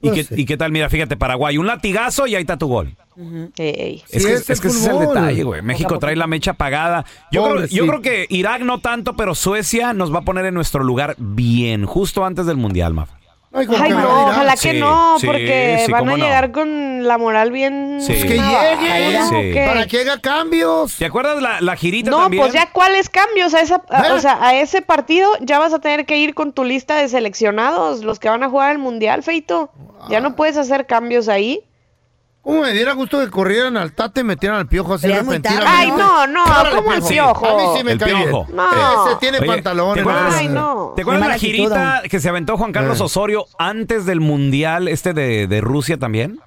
A: ¿Y,
B: Pues
A: qué, y qué tal? Mira, fíjate, Paraguay, un latigazo y ahí está tu gol.
J: Ey, ey.
A: Es que, es que ese es el detalle, güey. México trae la mecha apagada. Yo creo, yo
B: Pobrecito.
A: creo que Irak no tanto, pero Suecia nos va a poner en nuestro lugar bien, justo antes del Mundial, Maf.
B: Ay,
J: Ay, no, ojalá que
A: Sí,
J: no,
A: sí,
J: porque
A: sí,
J: van
A: cómo
J: a
A: no.
J: llegar con la moral bien...
A: Sí. Pues que
J: llegue.
A: Sí.
B: Para que haga cambios.
A: ¿Te acuerdas la, la girita
J: No,
A: también?
J: pues ya cuáles cambios a esa, a-
B: ¿Eh?
J: o sea, a ese partido ya vas a tener que ir con tu lista de seleccionados, los que van a jugar el mundial, Feito. Ya
A: Ah.
J: no puedes hacer cambios ahí.
B: ¿Cómo me diera gusto que corrieran al tate y metieran al piojo así repentinamente?
J: Ay, no, no,
B: Órale,
J: ¿cómo el
B: A mí
J: piojo?
B: sí me
A: El
B: cae bien.
A: Piojo.
J: No.
B: Ese tiene
A: Oye,
B: pantalones.
A: ¿te acuerdas,
J: Ay, no.
A: ¿Te acuerdas
J: Qué
A: la
J: mala actitud,
A: girita
J: hombre.
A: que se aventó Juan Carlos
B: Eh.
A: Osorio antes del Mundial este de, de Rusia también?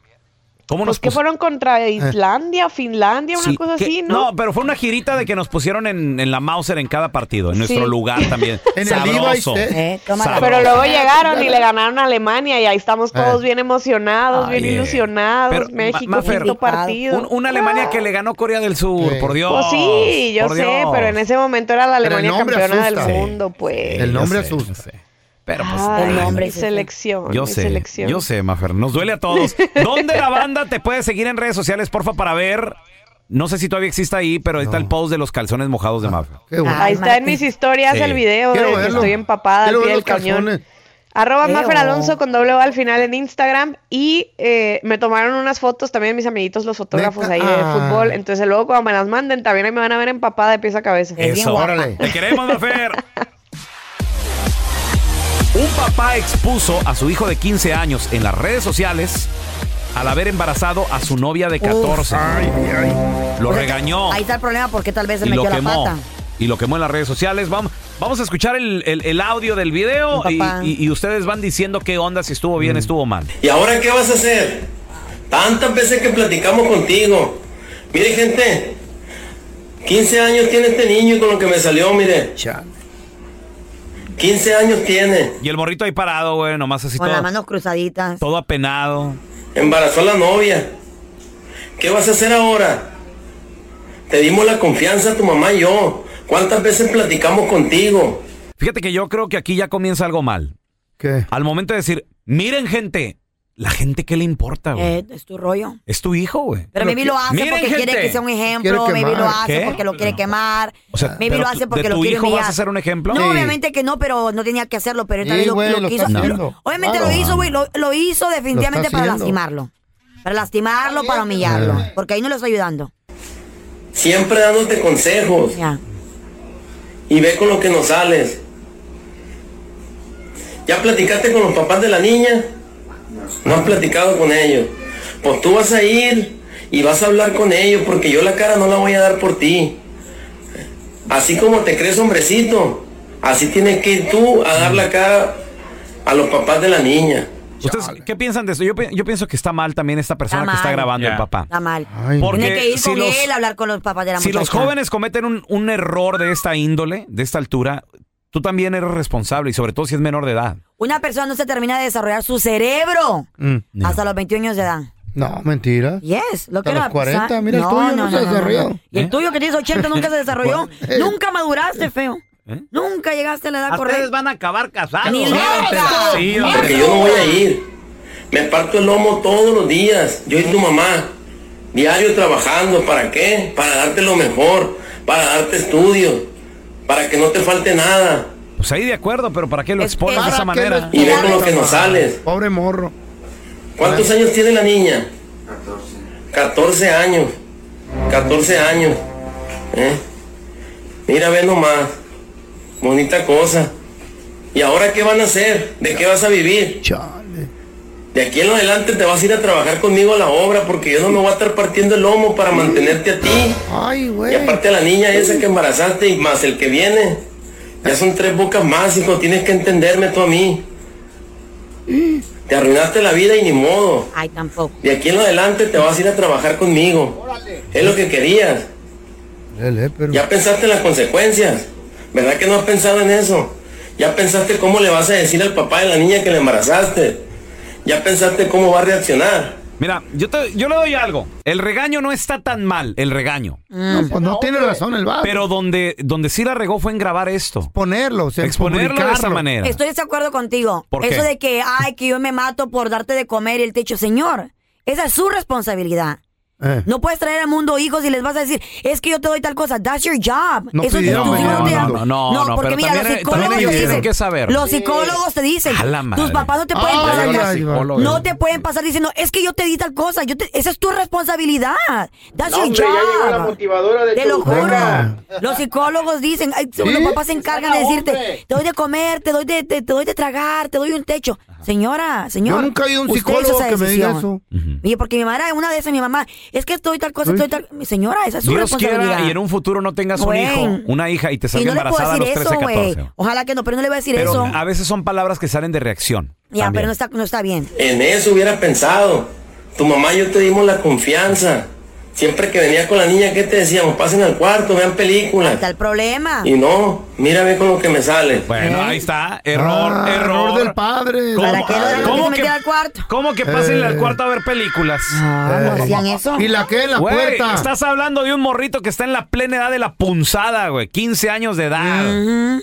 A: ¿Cómo
J: Pues
A: nos
J: que
A: pus-
J: fueron contra Islandia o Finlandia, una
A: eh. Sí,
J: cosa
A: que-
J: así, ¿no?
A: pero fue una girita de que nos pusieron en, en la Mauser en cada partido, en nuestro
J: Sí.
A: lugar también.
J: En el
A: Sabroso.
J: Levi's,
C: eh.
A: Sabroso.
J: Pero luego llegaron y le ganaron a Alemania y ahí estamos todos
A: Eh.
J: bien emocionados, bien
A: Ay, eh.
J: ilusionados,
A: Pero, Ma-
J: México,
A: Mafer,
J: quinto partido.
A: un- una Alemania que le ganó Corea del Sur, por Dios.
J: Pues sí, yo
A: por
J: sé,
A: Dios.
J: pero en ese momento era la
A: Pero el
J: Alemania
A: nombre
J: campeona
A: asusta.
J: del
A: Sí.
J: mundo, pues.
A: Sí, yo sé,
B: asusta.
A: yo sé. Pero pues,
J: Ay,
A: bueno.
J: mi selección,
A: Yo
J: mi
A: sé,
J: selección.
A: yo sé, Mafer, nos duele a todos. ¿Dónde la banda te puede seguir en redes sociales, porfa, para ver? No sé si todavía existe ahí, pero ahí está el post de los calzones mojados de Mafer.
J: Ahí está en mis historias
A: Sí.
J: el video
A: Quiero
J: de que
A: verlo.
J: estoy empapada al
A: Quiero
J: pie
A: ver
J: del
A: los calzones.
J: cañón. Arroba
A: Eo.
J: Mafer Alonso con doble O al final en Instagram y eh, me tomaron unas fotos también mis amiguitos los fotógrafos ahí de
A: Ah.
J: fútbol. Entonces luego cuando me las manden también ahí me van a ver empapada de pies a cabeza.
A: Eso. Te queremos, Mafer. Un papá expuso a su hijo de 15 años en las redes sociales al haber embarazado a su novia de 14. Lo regañó
C: Pues, Ahí está el problema porque tal vez se
A: y lo
C: metió la
A: quemó.
C: pata.
A: Y lo quemó en las redes sociales. Vamos, vamos a escuchar el, el- el audio del video y,
C: Papá.
A: y- y ustedes van diciendo qué onda, si estuvo bien, estuvo mal.
K: ¿Y ahora qué vas a hacer? Tantas veces que platicamos contigo. Mire, gente, 15 años tiene este niño y con lo que me salió, mire. 15 años tiene.
A: Y el morrito ahí parado, güey, nomás así
C: Con las
A: todo,
C: manos cruzaditas.
A: todo apenado.
K: Embarazó a la novia. ¿Qué vas a hacer ahora? Te dimos la confianza a tu mamá y yo. ¿Cuántas veces platicamos contigo?
A: Fíjate que yo creo que aquí ya comienza algo mal. ¿Qué? Al momento de decir, miren, gente, la gente, ¿qué le importa, güey?
C: Eh, es tu rollo.
A: Es tu hijo, güey.
C: Pero Maybe lo hace
A: Miren,
C: porque quiere
A: gente.
C: que sea un ejemplo, Maybe lo hace
A: ¿Qué?
C: porque lo quiere quemar,
A: O sea,
C: Maybe
A: pero
C: lo
A: tú-
C: hace
A: ¿de
C: porque lo
A: tu
C: quiere
A: hijo vas
C: humillar.
A: a hacer un ejemplo?
C: No,
A: Sí.
C: obviamente que no, pero no tenía que hacerlo, pero tal vez
A: Sí,
C: lo,
A: güey,
C: lo
A: lo
C: quiso.
A: está
C: hacer.
A: haciendo.
C: Obviamente
A: Claro.
C: lo hizo, güey, lo, lo hizo definitivamente
K: está
C: para
K: haciendo.
C: lastimarlo, para lastimarlo, para humillarlo, porque ahí no lo está ayudando.
K: Siempre dándote consejos. Y ve con lo que nos sales. ¿Ya platicaste con los papás de la niña? No has platicado con ellos. Pues tú vas a ir y vas a hablar con ellos porque yo la cara no la voy a dar por ti. Así como te crees hombrecito, así tienes que ir tú a dar la cara a los papás de la niña.
A: ¿Ustedes qué piensan de esto? Yo, pi- yo pienso que está mal también esta persona
C: Está
A: que está
C: mal.
A: grabando el
C: Ya.
A: papá.
C: Está mal.
A: Porque
C: Tiene que ir
A: si
C: con
A: los-
C: él a hablar con los papás de la
A: Si los
C: muchacha.
A: jóvenes cometen un, un error de esta índole, de esta altura, tú también eres responsable y sobre todo si es menor de edad.
C: Una persona no se termina de desarrollar su cerebro hasta los 21 años de edad.
B: No, mentira.
C: Yes, lo
B: Hasta
C: que
B: los
C: la-
B: 40, mira, el
C: No,
B: tuyo no se ¿Eh? ha desarrollado.
C: Y el tuyo que tienes 80 nunca se desarrolló. nunca maduraste, feo.
B: ¿Eh?
C: Nunca llegaste a la edad correcta.
A: van a acabar casados.
C: Ni
K: Sí,
C: nada.
K: sí, Porque yo no voy a ir. Me parto el lomo todos los días, yo y tu mamá. Diario trabajando, ¿para qué? Para darte lo mejor, para darte estudios, para que no te falte nada.
A: Pues ahí de acuerdo, pero ¿para qué lo expones de esa
K: ¿Para qué
A: manera?
K: lo- Y ve con lo que nos sales.
B: Pobre morro.
K: ¿Cuántos años tiene la niña? 14 años. 14 años. ¿eh? Mira, ve nomás. Bonita cosa. ¿Y ahora qué van a hacer? ¿De qué vas a vivir? De aquí en adelante te vas a ir a trabajar conmigo a la obra porque yo no me voy a estar partiendo el lomo para mantenerte a ti.
B: Ay,
K: Y
B: güey.
K: aparte a la niña esa que embarazaste y más el que viene. Ya son tres bocas más, hijo. Tienes que entenderme tú a mí. Te arruinaste la vida y ni modo.
C: Ay, tampoco.
K: De aquí en adelante te vas a ir a trabajar conmigo. Es lo que querías. Ya pensaste en las consecuencias. ¿Verdad que no has pensado en eso? Ya pensaste cómo le vas a decir al papá de la niña que le embarazaste. Ya pensaste cómo va a reaccionar.
A: Mira, yo, te- yo le doy algo. El regaño no está tan mal, el regaño.
C: Mm.
B: No, pues no tiene razón el vato.
A: Pero donde, donde sí la regó fue en grabar esto.
B: Ponerlo, o sea,
A: Exponerlo de esa
B: publicarlo.
A: manera.
C: Estoy de acuerdo contigo.
A: ¿Por
C: Eso
A: qué?
C: de que, ay, que yo me mato por darte de comer y el techo, señor. Esa es su responsabilidad.
B: Eh.
C: No puedes traer al mundo hijos y les vas a decir, es que yo te doy tal cosa. That's your job.
A: No
C: Eso
A: pidieron
C: tus hijos
A: no,
C: te
A: no,
C: dan-
A: no, no, no, pero
C: porque
A: también-
C: mira, los
A: eh, también
C: psicólogos
A: ellos
C: te
A: tienen
C: dicen.
A: que saber.
C: Los
A: Sí.
C: psicólogos te dicen.
A: A la
C: Tus
A: madre.
C: papás no te pueden
A: Ay,
C: pasar
A: ay,
C: nada.
A: ay, psicólogo.
C: No te pueden pasar diciendo, es que yo te di tal cosa. Yo te- Esa es tu responsabilidad. That's
L: No,
C: your
L: hombre,
C: job.
L: ya llegó la motivadora de
C: Te lo
L: Chu.
C: juro.
L: Venga.
C: Los psicólogos dicen, ay,
L: ¿Sí?
C: los papás se encargan de
L: Sana,
C: decirte,
L: hombre.
C: te doy de comer, te doy de, te, te doy de tragar, te doy un techo. Señora, señor.
B: Yo nunca he ido a un
C: usted hizo
B: psicólogo
C: esa
B: que me diga
C: decisión.
B: eso.
C: Oye, porque mi madre, una de esas, mi mamá, es que estoy tal cosa, estoy tal. Señora, esa es su
A: Dios quiera
C: responsabilidad.
A: y en un futuro no tengas
C: Güey.
A: un hijo, una hija y te
C: Y
A: salga
C: no le puedo
A: embarazada a
C: decir
A: los 13,
C: eso, güey.
A: 14.
C: Ojalá que no, pero no le voy a decir
A: Pero
C: eso.
A: a veces son palabras que salen de reacción.
C: Ya,
A: también.
C: pero no está, no está bien.
K: En eso hubiera pensado. Tu mamá y yo te dimos la confianza. Siempre que venías con la niña, ¿qué te decíamos? Pasen al cuarto, vean películas.
C: Está el problema.
K: Y no, mira ve con lo que me sale.
A: Bueno, ahí está. Error, error.
B: Ah, Error del padre.
C: ¿Para qué lo dejaste
A: ¿Cómo
C: meter
A: que-
C: al cuarto?
A: ¿Cómo que pasen al cuarto a ver películas?
C: no hacían eso.
B: Eh. ¿Y la qué? ¿La
A: Güey,
B: puerta?
A: Estás hablando de un morrito que está en la plena edad de la punzada, güey. 15 años de edad.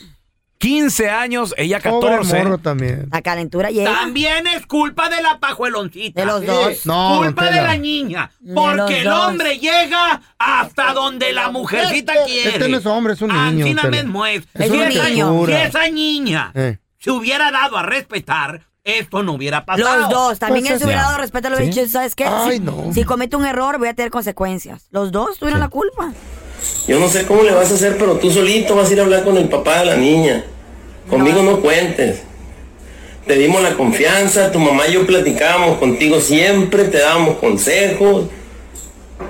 A: 15 años, ella 14.
B: también.
C: La calentura llega.
F: También es culpa de la pajueloncita.
C: De los dos.
B: No,
F: culpa
B: don
F: de
B: Tela.
F: la niña.
C: De los
F: Porque el
C: dos.
F: hombre llega hasta donde la mujercita quiere.
B: Este no es hombre, es un niño.
F: Ancina
B: Tela.
F: mismo es.
B: Es
F: Si
B: una
F: esa-
B: criatura.
F: si esa niña
B: Eh.
F: se hubiera dado a respetar, esto no hubiera pasado.
C: Los dos. También
F: Pues
C: él se hubiera
F: es-
C: dado respeto a los
F: ¿Sí?
C: bichos. ¿Sabes qué?
K: Ay,
C: si,
K: no.
C: si cometo un error, voy a tener consecuencias. Los dos tuvieron la culpa.
K: Yo no sé cómo le vas a hacer, pero tú solito vas a ir a hablar con el papá de la niña. Conmigo no cuentes. Te dimos la confianza, tu mamá y yo platicábamos contigo siempre, te dábamos consejos.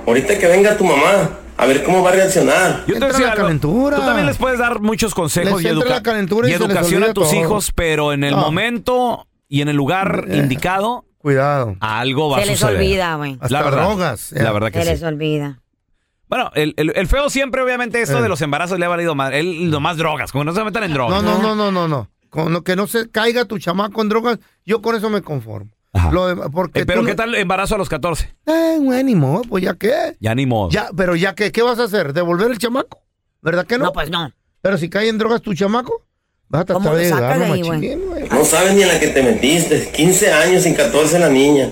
K: Ahorita que venga tu mamá, a ver cómo va a reaccionar.
A: Yo te
B: Entra
A: decía
B: la
A: algo,
B: calentura.
A: Tú también les puedes dar muchos consejos
B: Les
A: y,
B: entra
A: educa-
B: la calentura
A: y
B: y se les
A: educación a
B: olvida
A: tus
B: todo.
A: hijos, pero en el
B: No.
A: momento y en el lugar indicado,
B: Cuidado.
A: algo va
C: Se
A: a
C: les
A: suceder.
C: olvida, güey.
A: La
B: Hasta
A: verdad.
B: drogas, eh.
A: La verdad que
C: Se les
A: sí.
C: olvida.
A: Bueno, el, el- el feo siempre, obviamente, esto
B: Eh.
A: de los embarazos le ha valido más. Él, lo más drogas, como no se metan en drogas.
B: No, no, no, no, no, no. Con lo que no se caiga tu chamaco con drogas, yo con eso me conformo. Lo de- porque
A: Eh, pero
B: tú
A: ¿qué
B: no-
A: tal embarazo a los 14?
B: Eh, güey, ni modo, pues ya qué.
A: Ya ni modo.
B: Ya, pero ya qué, ¿qué vas a hacer? ¿Devolver el chamaco? ¿Verdad que no?
F: No, pues no.
B: Pero si cae en drogas tu chamaco, vas a tratar de ayudarlo, machín.
K: No sabes ni en la que te metiste. 15 años sin 14 la niña.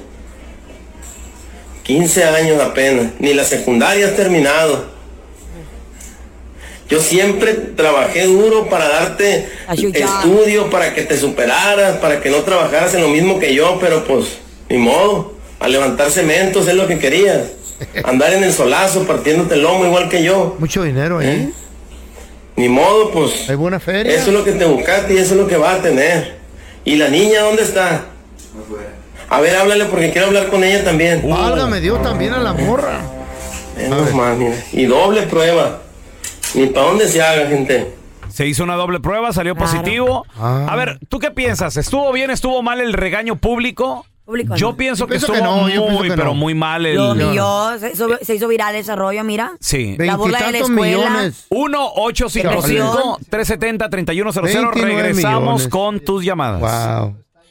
K: 15 años apenas. Ni la secundaria has terminado. Yo siempre trabajé duro para darte estudio, para que te superaras, para que no trabajaras en lo mismo que yo, pero pues, ni modo. A levantar cementos es lo que querías. Andar en el solazo, partiéndote el lomo igual que yo.
B: Mucho dinero eh. ahí.
K: Ni modo, pues.
B: Hay buena feria.
K: Eso es lo que te buscaste y eso es lo que vas a tener. ¿Y la niña dónde está? A ver, háblale porque quiero hablar con ella también.
B: Uh, Válgame Dios también a la morra.
K: Eh, no más, mira. Y doble prueba. Ni para dónde se haga, gente.
A: Se hizo una doble prueba, salió positivo.
C: Ah.
A: A ver, ¿tú qué piensas? ¿Estuvo bien, estuvo mal el regaño público?
C: Público,
A: yo
C: no.
A: pienso
C: Yo
A: que
C: pienso
A: estuvo
C: que no, yo pienso
A: muy,
C: que
A: pero
C: no.
A: muy mal el...
C: Los millos, se, hizo- se hizo viral ese rollo, mira.
A: Sí.
C: La bola de la
B: Veintitantos
C: escuela.
B: millones.
A: 1-855-370-3100.
B: 29
A: Regresamos
B: millones.
A: con tus llamadas.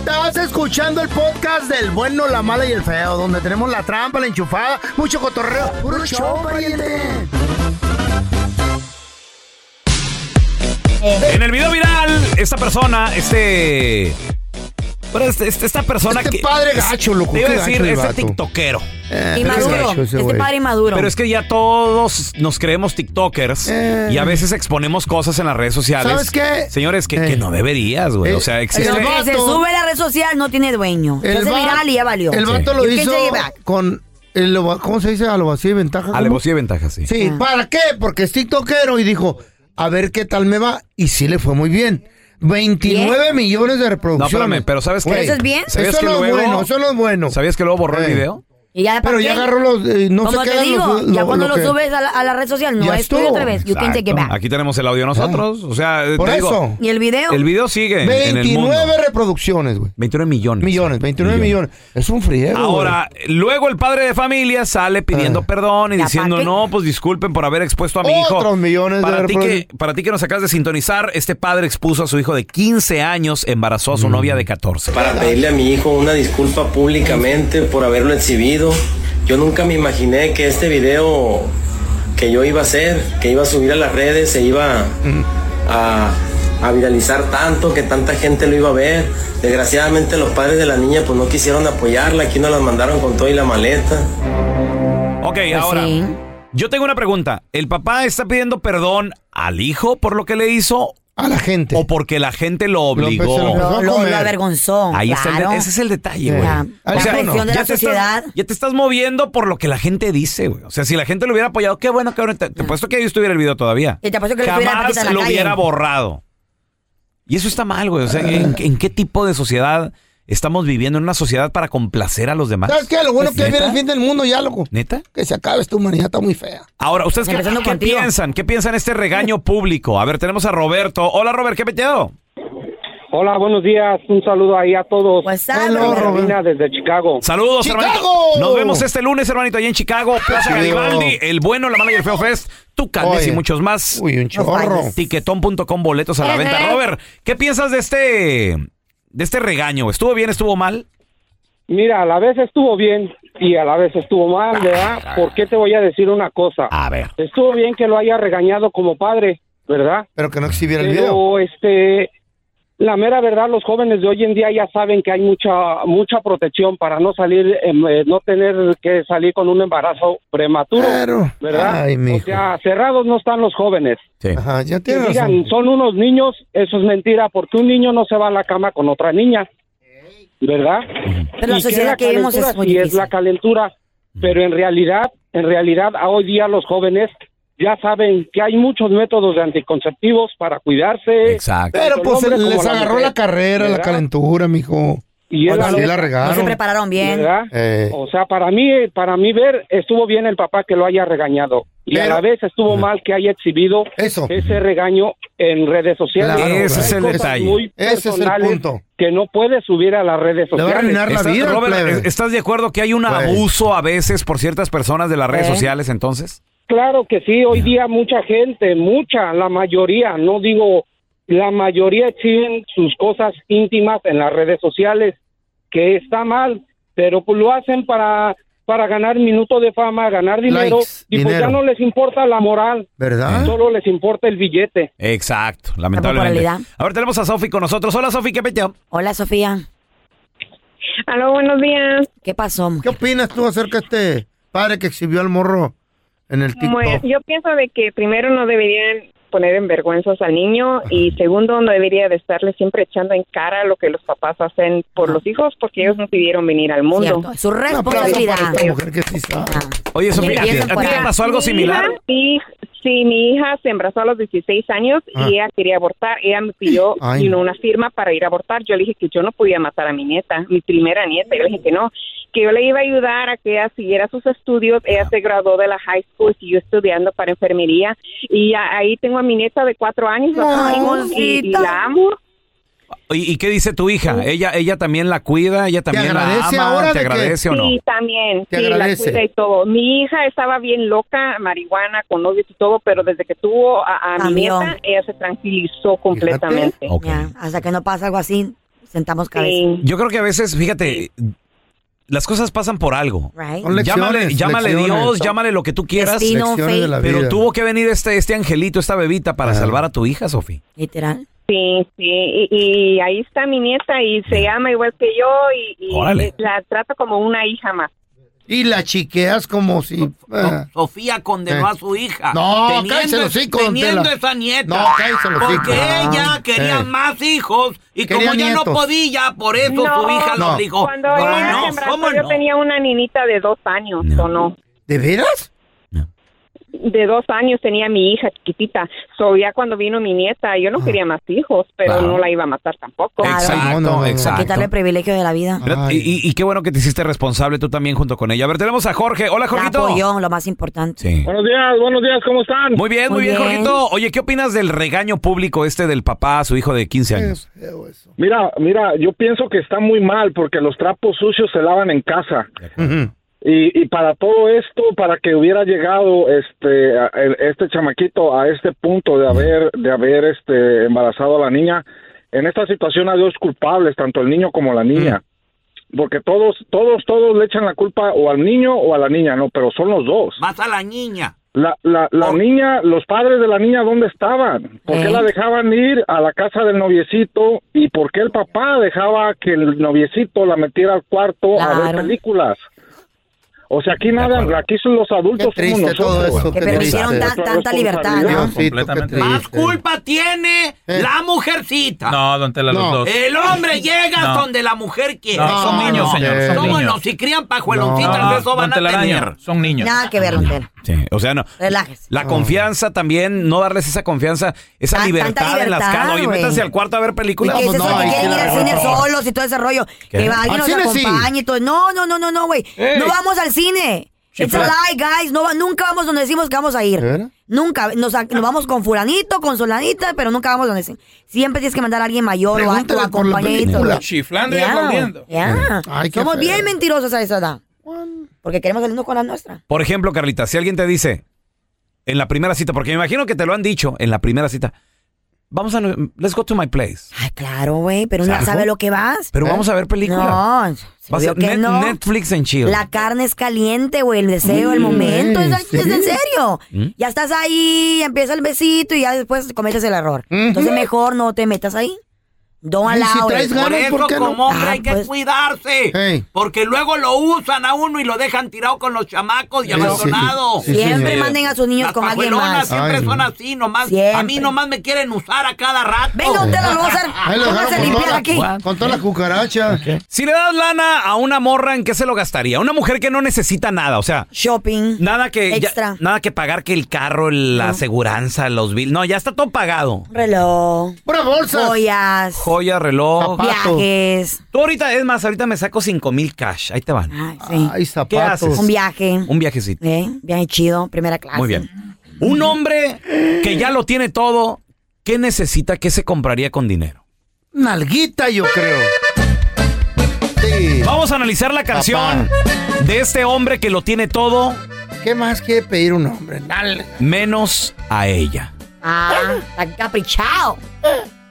B: Estás escuchando el podcast del bueno, la mala y el feo, donde tenemos la trampa, la enchufada, mucho cotorreo. ¡Puro show, pariente!
A: En el video viral, esta persona, este... Pero este- este- esta persona
B: Este
A: que...
B: padre gacho, loco,
A: Te iba a
B: qué
A: decir,
B: gacho el
A: este
B: vato.
A: tiktokero.
B: Eh, Inmaduro, qué gacho ese este güey. padre
C: inmaduro.
A: Pero es que ya todos nos creemos tiktokers
B: Eh.
A: y a veces exponemos cosas en las redes sociales.
C: ¿Sabes qué?
A: Señores, que,
B: Eh.
A: que no deberías, güey. o sea, existe...
C: Lo que se sube a la red social no tiene dueño. Se
B: El
C: hace
B: va-
C: viral y ya valió.
B: El vato lo
C: You can
B: hizo
C: take it back.
B: con... el ova- ¿Cómo se dice? Alevosía y ventaja. ¿cómo?
A: Alevosía y ventaja, sí.
B: Sí,
C: Ah.
B: ¿para qué? Porque es tiktokero y dijo, a ver qué tal me va. Y sí le fue muy bien. 29 millones de reproducciones.
A: No, espérame, pero ¿sabes qué?
B: Güey,
A: ¿Sabías
B: Eso es
A: que
B: lo
A: luego-
B: bueno, eso es lo bueno.
A: ¿Sabías que luego borró el
B: Eh.
A: video?
C: Y ya, ¿para
B: Pero ya
C: qué?
B: agarró los. eh, no
C: Como
B: se
C: te
B: quedan
C: digo,
B: los.
C: ya
B: lo-
C: cuando
B: lo
C: lo,
B: que-
C: subes a la, a la red social, no
B: Ya
C: es tuyo
B: estuvo.
C: otra vez. You can take it
A: Exacto.
C: back.
A: Aquí tenemos el audio nosotros. O sea,
B: Ah. Por
A: te
B: eso.
A: digo,
C: ¿Y el video?
A: El video sigue en- en el
B: 29
A: mundo.
B: reproducciones, güey.
A: 29 millones.
B: Millones, 29 millones. Es un friego.
A: Ahora, luego el padre de familia sale pidiendo
B: Ah.
A: perdón y
B: ¿Ya
A: diciendo,
B: pa' qué?
A: no, pues disculpen por haber expuesto a mi hijo.
B: Otros millones de
A: para ti que
B: reproducciones.
A: Para ti que nos acabas de sintonizar, este padre expuso a su hijo de 15 años, embarazó
B: Mm.
A: a su novia de 14.
K: Para pedirle a mi hijo una disculpa públicamente por haberlo exhibido. Yo nunca me imaginé que este video que yo iba a hacer, que iba a subir a las redes, se iba
A: mm,
K: a, a viralizar tanto, que tanta gente lo iba a ver. Desgraciadamente los padres de la niña pues no quisieron apoyarla, aquí nos la mandaron con todo y la maleta.
A: Ok,
C: Pues
A: ahora, yo tengo una pregunta. ¿El papá está pidiendo perdón al hijo por lo que le hizo?
B: A la gente.
A: ¿O porque la gente lo obligó?
C: Lo, lo- lo avergonzó.
A: Ahí está el de-
C: claro.
A: ese es el detalle, güey.
C: Ya. La presión de la
A: te estás-
C: sociedad.
A: ya te estás moviendo por lo que la gente dice, güey. O sea, si la gente lo hubiera apoyado, qué bueno que ahora te, te puesto que ahí estuviera el video todavía.
C: Y te apuesto que le tuviera
A: Jamás
C: en la
A: lo
C: calle.
A: hubiera borrado. Y eso está mal, güey. O sea, ¿en, en qué tipo de sociedad estamos viviendo? ¿En una sociedad para complacer a los demás?
B: ¿Sabes qué? Lo bueno que viene
A: ¿Neta?
B: el fin del mundo ya, loco.
A: ¿Neta?
B: Que se acabe esta humanidad, está muy fea.
A: Ahora, ¿ustedes qué,
B: Empezando
A: qué
B: contigo.
A: piensan? ¿Qué piensan este regaño público? A ver, tenemos a Roberto. Hola, Robert, ¿qué peteado?
M: Hola, buenos días. Un saludo ahí a todos. Hello, Romina, desde Chicago.
A: Saludos, hermanito. Nos vemos este lunes, hermanito, allá en Chicago, Plaza
M: Chido.
A: Garibaldi, el bueno, la mala y el feo fest, tu Candes y
M: Oye.
A: muchos más. Uy, un
B: chorro.
A: Tiquetón.com, boletos a la venta. Robert, ¿qué piensas de este de este regaño? ¿Estuvo bien, estuvo mal?
M: Mira, a la vez estuvo bien y a la vez estuvo mal, ¿verdad? Porque te voy a decir una cosa.
A: A ver.
M: Estuvo bien que lo haya regañado como padre, ¿verdad?
B: Pero que no exhibiera el video.
M: Pero, este, la mera verdad, los jóvenes de hoy en día ya saben que hay mucha, mucha protección para no salir, em, eh, no tener que salir con un embarazo prematuro, ¿verdad?
B: Ay, mijo.
M: o sea, cerrados no están los jóvenes.
B: Ajá, ya
M: Que
B: tienes
M: digan,
B: razón.
M: son unos niños, eso es mentira, porque un niño no se va a la cama con otra niña, ¿verdad?
C: Pero la
M: Y
C: sociedad
M: la
C: que vivimos es
M: calentura,
C: muy
M: sí,
C: difícil.
M: la calentura, pero en realidad, en realidad, a hoy día los jóvenes ya saben que hay muchos métodos de anticonceptivos para cuidarse.
A: Exacto.
B: Pero pues les agarró la carrera, la calentura, mijo.
M: Y es la
B: Así
M: neta.
B: la regaron.
M: ¿Verdad?
B: Eh.
M: O sea, para mí, para mí ver, estuvo bien el papá que lo haya regañado. Y a la vez estuvo mal que haya exhibido ese regaño en redes sociales.
A: Claro, Ese es
M: Hay
A: el
M: cosas
A: detalle.
M: muy
A: Ese es el
M: personales
A: punto.
M: Que no puede subir a las redes sociales.
A: ¿Estás- Robert, ¿estás de acuerdo que hay un abuso a veces por ciertas personas de las redes
M: Eh.
A: sociales entonces?
M: Claro que sí, hoy día mucha gente, mucha, la mayoría, no digo la mayoría exhiben sus cosas íntimas en las redes sociales, que está mal, pero pues lo hacen para para ganar minuto de fama, ganar dinero,
A: Likes,
M: y pues
A: dinero.
M: ya no les importa la moral,
A: ¿Verdad?
M: Solo les importa el billete.
A: Exacto, lamentablemente.
C: popularidad.
A: A ver, tenemos a Sofi con nosotros. Hola, Sofi, ¿qué peteado?
C: Hola, Sofía.
N: Aló, buenos días.
C: ¿Qué pasó, mujer?
B: ¿Qué opinas tú acerca de este padre que exhibió al morro en el TikTok?
N: Bueno, yo pienso de que primero no deberían poner en vergüenzas al niño y segundo no debería de estarle siempre echando en cara lo que los papás hacen por los hijos porque ellos no pidieron venir al mundo.
C: Cierto, es su responsabilidad. Ah.
A: Oye, Sofía, ¿a ti-
N: Empiezan
A: a
N: por
A: ti te
N: ahí.
A: pasó algo
N: Mi
A: similar?
N: hija, sí, sí, mi hija se embarazó a los 16 años
A: Ah.
N: y ella quería abortar. Ella me pidió
A: Ay.
N: you know, una firma para ir a abortar. Yo le dije que yo no podía matar a mi nieta, mi primera nieta. Yo le dije que no, que yo le iba a ayudar a que ella siguiera sus estudios. Ella se graduó de la high school, siguió estudiando para enfermería. Y a- ahí tengo a mi nieta de cuatro años. la
C: Ay,
N: tengo y- y
C: cosita.
N: la amo.
A: ¿Y, y qué dice tu hija? ¿Ella ella también la cuida? ¿Ella también la
N: agradece
A: ama?
N: ahora de
A: ¿Te
N: que-
A: agradece o no?
N: Sí, también.
A: Te
N: sí,
A: agradece.
N: la cuida y todo. Mi hija estaba bien loca, marihuana, con novios y todo, pero desde que tuvo a, a mi
C: Cambió.
N: nieta, ella se tranquilizó completamente.
C: Ya, hasta que no pasa algo así, sentamos cabeza.
A: Yo creo que a veces, fíjate, las cosas pasan por algo. Llámale,
C: Right. Son lecciones,
A: llámale
C: lecciones.
A: Dios, llámale lo que tú quieras.
C: Destino, Lecciones de la fate.
A: pero
C: vida.
A: tuvo que venir este, este angelito, esta bebita, para salvar a tu hija, Sofi.
C: Literal.
N: Sí, sí. Y, y ahí está mi nieta y se llama igual que yo y, y
B: Órale.
N: la trato como una hija más.
B: Y la chiqueas como si... eh,
F: Sofía condenó
B: Eh.
F: a su hija.
B: No, cállese el hocico, don
F: teniendo
B: Tela.
F: esa nieta.
B: No, cállese el hocico.
F: Porque ella
B: Ah,
F: quería
B: eh.
F: más hijos y
B: Quería
F: como ya no
B: nietos.
F: podía, por eso su hija
B: no.
F: los dijo.
N: Cuando
F: ¿Cómo
N: ella se
F: no?
N: embarazó,
F: ¿Cómo
N: yo
F: no?
N: tenía una niñita de dos años, ¿o no?
B: ¿De veras?
N: de dos años tenía mi hija chiquitita. So, ya cuando vino mi nieta, yo no quería más hijos, pero
A: Claro.
N: no la iba a matar tampoco.
A: Exacto, no, no, exacto.
C: Quitarle privilegios de la vida.
A: Mira, Y, y- y qué bueno que te hiciste responsable tú también junto con ella. A ver, tenemos a Jorge. Hola,
C: La
A: Jorgito.
C: apoyó, lo más importante.
M: Buenos días, buenos días, ¿cómo están?
A: Muy bien, muy, bien, Jorgito. Oye, ¿qué opinas del regaño público este del papá a su hijo de 15 años?
M: Mira, mira, yo pienso que está muy mal porque los trapos sucios se lavan en casa. Y, y para todo esto, para que hubiera llegado este a- el- este chamaquito a este punto de haber de haber este embarazado a la niña, en esta situación hay dos culpables, tanto el niño como la niña. Porque todos todos todos le echan la culpa o al niño o a la niña, no, pero son los dos.
F: Más a la niña.
M: La, la, la niña, los padres de la niña, ¿dónde estaban? ¿Por qué
F: ¿Eh?
M: la dejaban ir a la casa del noviecito? ¿Y por qué el papá dejaba que el noviecito la metiera al cuarto a ver
C: Claro.
M: películas? O sea, aquí nada, aquí son los adultos
B: Qué triste
M: como nosotros.
B: todo eso, Que qué permitieron triste. tan-
M: Nuestra
C: tanta libertad, ¿no?
M: responsabilidad.
D: Ah,
F: Más culpa tiene la mujercita.
D: No, don Tela, los dos.
F: El hombre llega
D: No.
F: donde la mujer quiere.
D: No, son niños, señor, son
F: Cómo
D: niños.
F: no, si crían pajueloncitas,
D: No,
F: eso van a
D: don Telaraño,
F: tener.
D: Son niños.
C: Nada que ver, don Tela.
A: Sí, o sea, no.
C: Relájese.
A: La confianza también, no darles esa confianza, esa
C: Tan-
A: libertad,
C: Ah, tanta
A: en las
C: libertad,
A: casas. Oye,
C: güey.
A: métanse al cuarto a ver
C: Y
A: películas.
C: que dices, oye, quieren ir al cine solos y todo ese rollo.
A: ¿Qué?
C: Que va alguien
A: Al
C: nos
A: cine sí.
C: acompañe y todo. No, no, no, no, no, güey.
A: Ey.
C: No vamos al cine. It's a
A: Chifla.
C: lie, guys. No, va- nunca vamos donde decimos que vamos a ir. Nunca. Nos, a- nos vamos con fulanito, con solanita, pero nunca vamos donde decimos. Siempre tienes que mandar a alguien mayor o a tu acompañadito. güey.
D: Chiflando y
C: Yeah,
D: aplaudiendo.
C: yeah.
B: Ah,
C: Somos bien mentirosos a esa edad. Porque queremos salirnos con la nuestra.
A: Por ejemplo, Carlita, si alguien te dice en la primera cita, porque me imagino que te lo han dicho en la primera cita, vamos a, let's go to my place.
C: Ay, claro, güey, pero ya
A: ¿Salgo?
C: sabe lo que vas.
A: Pero vamos a ver película.
C: No, se
A: Vas a-
C: vio que
A: Net-
C: no.
A: Netflix and chill.
C: La carne es caliente, güey, el deseo, el momento, es, es en serio.
A: Mm.
C: Ya estás ahí, empieza el besito y ya después cometes el error. Entonces mejor no te metas ahí. Don't
F: Y si
C: allow
F: traes
C: it.
F: ganas, Por eso, ¿por qué no? como
C: Ah,
F: hombre, hay que
C: pues.
F: cuidarse. Porque luego lo usan a uno y lo dejan tirado con los chamacos y
C: Sí,
F: abandonado.
C: sí, sí, Siempre sí. manden a sus niños
F: Las
C: con alguien
F: pajuelonas
C: más.
F: siempre
C: Ay,
F: son
C: no.
F: así, nomás. A mí
C: Siempre.
F: nomás me quieren usar a cada rato.
C: Venga, usted lo va a usar.
B: Ahí lo dejaron con toda, la, con toda la cucaracha.
A: Si le das lana a una morra, ¿en qué se lo gastaría? Una mujer que no necesita nada, o sea.
C: Shopping.
A: Nada que. ya-
C: Extra.
A: nada que pagar que el carro, la aseguranza, los bills. No, ya está todo pagado.
C: Reloj. Joyas.
A: Joya, reloj.
C: Zapatos. Viajes.
A: Tú ahorita, es más, ahorita me saco 5 mil cash. Ahí te van.
C: Ay,
A: ¿Qué haces?
C: Un viaje.
A: Un viajecito.
C: ¿Eh? Viaje chido, primera clase.
A: Muy bien. Un hombre que ya lo tiene todo, ¿qué necesita? ¿Qué se compraría con dinero?
B: Nalguita, yo creo. Sí.
A: Vamos a analizar la canción de este hombre que lo tiene todo,
B: ¿Qué más quiere pedir un hombre? Nalga.
A: menos a ella.
C: Ah, está caprichado.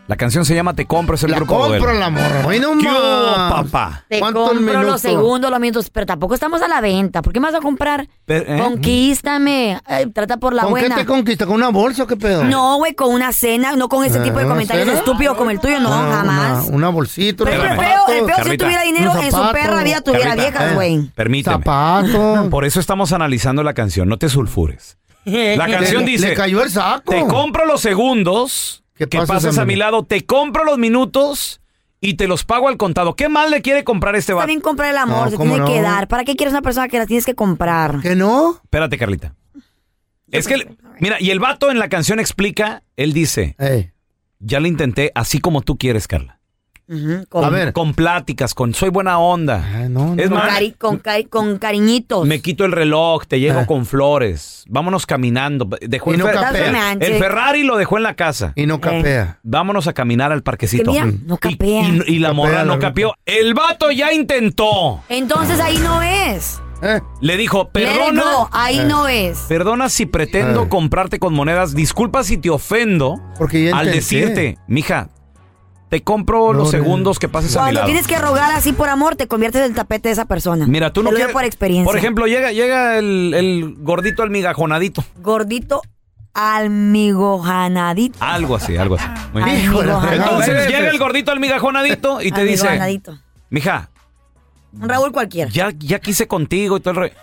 A: La canción se llama Te compro, es el grupo
B: compro
A: Modelo.
B: la morra. Hoy no
A: ¿Qué
B: más.
A: hubo, papá?
C: Te
B: ¿Cuánto el
C: compro
B: minuto?
C: los segundos, los minutos, pero tampoco estamos a la venta. ¿Por qué me vas a comprar?
A: Pero, ¿eh?
C: Conquístame. eh, trata por la
B: ¿Con
C: buena.
B: qué te conquista? ¿Con una bolsa o qué pedo?
C: No, güey, con una cena, no con ese
B: Ah,
C: tipo de
B: ¿una
C: comentarios
B: cena?
C: estúpidos como el tuyo, no,
B: Ah,
C: jamás.
B: Una, una bolsita.
C: Pero
B: unos
C: el
B: zapatos,
C: feo, el feo si
A: Carlita.
C: tuviera dinero
B: Unos
C: en su
B: zapatos.
C: perra vida tuviera
A: Carlita,
C: viejas,
A: eh,
C: güey.
A: Permíteme.
B: Zapatos.
A: Por eso estamos analizando la canción, no te sulfures. La canción
B: Le-
A: dice,
B: Le cayó el saco.
A: te compro los segundos que
B: pases
A: pasas,
B: a
A: a
B: mi
A: mi lado, te compro los minutos y te los pago al contado. ¿Qué mal le quiere comprar este vato?
C: También comprar el amor,
A: No,
C: se
A: ¿cómo
C: tiene que
A: no?
C: dar. ¿Para qué quieres una persona que la tienes que comprar?
B: ¿Que no?
A: Espérate, Carlita. Es que, el- mira, y el vato en la canción explica, él dice, ya lo intenté así como tú quieres, Carla.
C: con,
A: Con- Con pláticas, con soy buena onda. es
C: con
A: más,
C: cari- con cari- con cariñitos.
A: me quito el reloj, te
B: Ah.
A: llego con flores, vámonos caminando. Dejó
C: Y
A: el,
C: no
A: Fer-
C: capea.
A: el- el Ferrari lo dejó en la casa.
B: Y no capea.
A: Vámonos a caminar al parquecito.
C: Eh. Que mira,
A: Mm.
C: no capea.
A: Y, y la morra
B: la
A: no
B: ruca.
A: capió. El vato ya intentó.
C: Entonces ahí no es.
A: Le dijo, perdona. Eh.
C: No, ahí
B: Eh.
C: no es.
A: Perdona si pretendo comprarte con monedas. Disculpa si te ofendo
B: Porque ya
A: al
B: intenté.
A: decirte, mija, te compro
B: No,
A: los
B: no.
A: segundos que pases a mi
C: Cuando
A: lado.
C: tienes que rogar así por amor, te conviertes en el tapete de esa persona.
A: Mira, tú
C: Te
A: no
C: lo digo
A: quieres-
C: por experiencia.
A: Por ejemplo, llega, llega el, el gordito almigajonadito.
C: Gordito almigojanadito.
A: Algo así, algo así.
C: Ah,
A: Muy bien.
C: Híjole,
A: Entonces
C: pegado.
A: llega el gordito almigajonadito y te dice,
C: Almigojanadito.
A: mija,
C: Un Raúl cualquiera.
A: ya, ya quise contigo y todo el rollo.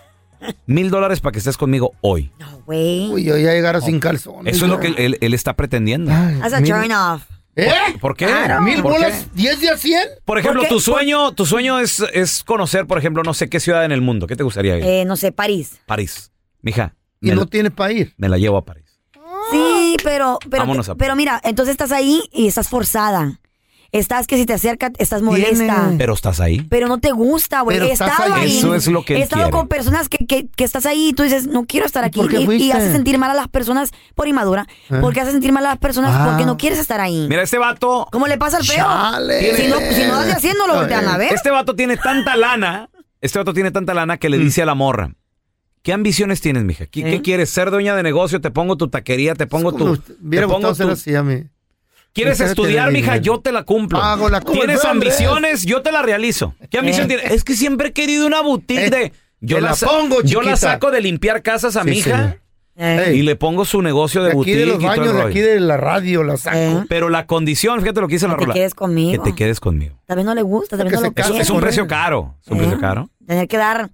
A: Mil dólares para que estés conmigo hoy.
C: Güey.
B: Uy, yo ya llegaron sin calzones.
A: Eso es lo que él, él está pretendiendo.
C: That's a
A: Mil-
C: turn off.
B: ¿Eh?
A: ¿Por qué?
B: ¿Mil
A: Ah, ¿Por qué?
B: bolas? ¿Diez de a cien?
A: Por ejemplo, tu sueño, tu sueño es, es conocer, por ejemplo, no sé qué ciudad en el mundo. ¿Qué te gustaría ir?
C: Eh, no sé, París.
A: París. Mija,
B: y no tienes para ir.
A: Me la llevo a París.
C: Sí, pero, pero,
A: Vámonos a-
C: pero mira, entonces estás ahí y estás forzada. Estás que si te acerca, estás molesta.
A: Pero estás ahí.
C: Pero no te gusta, güey.
A: Pero
C: He
A: estás
C: estado
A: ahí.
C: ahí.
A: Eso es lo que
C: He
A: él
C: estado
A: quiere.
C: con personas que, que- que estás ahí y tú dices, no quiero estar aquí.
A: por qué
C: Y- y,
A: fuiste?
C: hace sentir mal a las personas por inmadura.
A: Ah.
C: Porque hace sentir mal a las personas
A: Ah.
C: porque no quieres estar ahí.
A: Mira, este vato.
C: ¿Cómo le pasa al feo?
A: Chale.
C: Si no, si no andas haciéndolo, voltean a ver.
A: Este vato tiene tanta lana. Este vato tiene tanta lana que le
B: Mm.
A: dice a la morra. ¿Qué ambiciones tienes, mija? ¿Qué,
B: ¿Eh?
A: qué quieres? ¿Ser dueña de negocio? Te pongo tu taquería, te pongo tu.
B: Hubiera
A: te pongo
B: gustado ser
A: tu-
B: así a mí.
A: ¿Quieres
B: Espérate,
A: estudiar,
B: Dani,
A: mija?
B: Dani.
A: Yo te la cumplo.
B: Ah, Hago la como el
A: ¿Tienes
B: feo Andrés.
A: ambiciones? Yo te la realizo. ¿Qué ambición
B: Eh.
A: tienes? Es que siempre he querido una boutique
B: Eh,
A: de. Yo
B: te la
A: sa-
B: pongo,
A: Yo la
B: chiquita.
A: saco de limpiar casas a
B: Sí,
A: mi hija.
B: señor. Eh.
A: Y le pongo su negocio de,
B: De aquí
A: boutique
B: de los
A: y todo el
B: baños, de
A: rollo.
B: aquí de la radio, la saco.
C: Eh.
A: Pero la condición, fíjate lo que dice la
C: te
A: rola.
C: quedes conmigo.
A: Que te quedes conmigo.
C: Tal vez no le gusta, tal vez no lo
A: Es,
C: quiere.
A: es un precio caro. Es un
B: ¿Eh?
A: precio caro.
C: Tener que dar.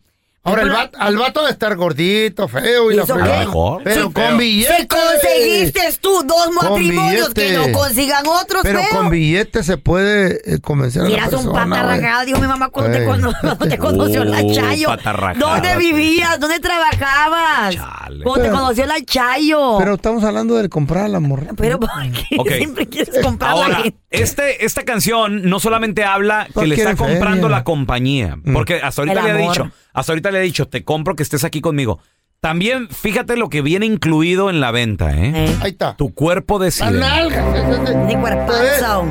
B: Ahora, el vato, al vato de estar gordito, feo y la
A: ¿Hizo qué?
B: fregada.
A: A lo mejor.
B: Pero
A: Sí,
B: con
A: feo.
B: billetes.
C: Te conseguiste tú dos
B: Con
C: matrimonios que no
B: billete.
C: consigan otros,
B: Pero
C: feo.
B: con billetes se puede eh, convencer a la
C: Miras un
B: persona.
C: patarragado, dijo mi mamá cuando te,
B: Ey.
C: cono- cuando te conoció la
B: Uh,
C: Chayo.
B: patarrajada.
C: ¿Dónde vivías? ¿Dónde trabajabas? Cuando te
B: Pero-
C: conoció la Chayo.
B: Pero estamos hablando del comprar a la morra.
C: Pero ¿por qué
A: Ok.
C: siempre quieres comprar la
A: Ahora,
C: gente?
A: este, esta canción no solamente habla que
B: No
A: le está
B: quiere feria.
A: comprando la compañía,
B: Mm.
A: porque hasta ahorita
B: El
A: le ha
B: amor.
A: dicho, hasta ahorita le ha dicho, te compro que estés aquí conmigo. También fíjate lo que viene incluido en la venta, ¿eh?
B: Ahí está.
A: Tu cuerpo
B: Las
A: decide.
B: nalgas.
C: Ni cuerpazo.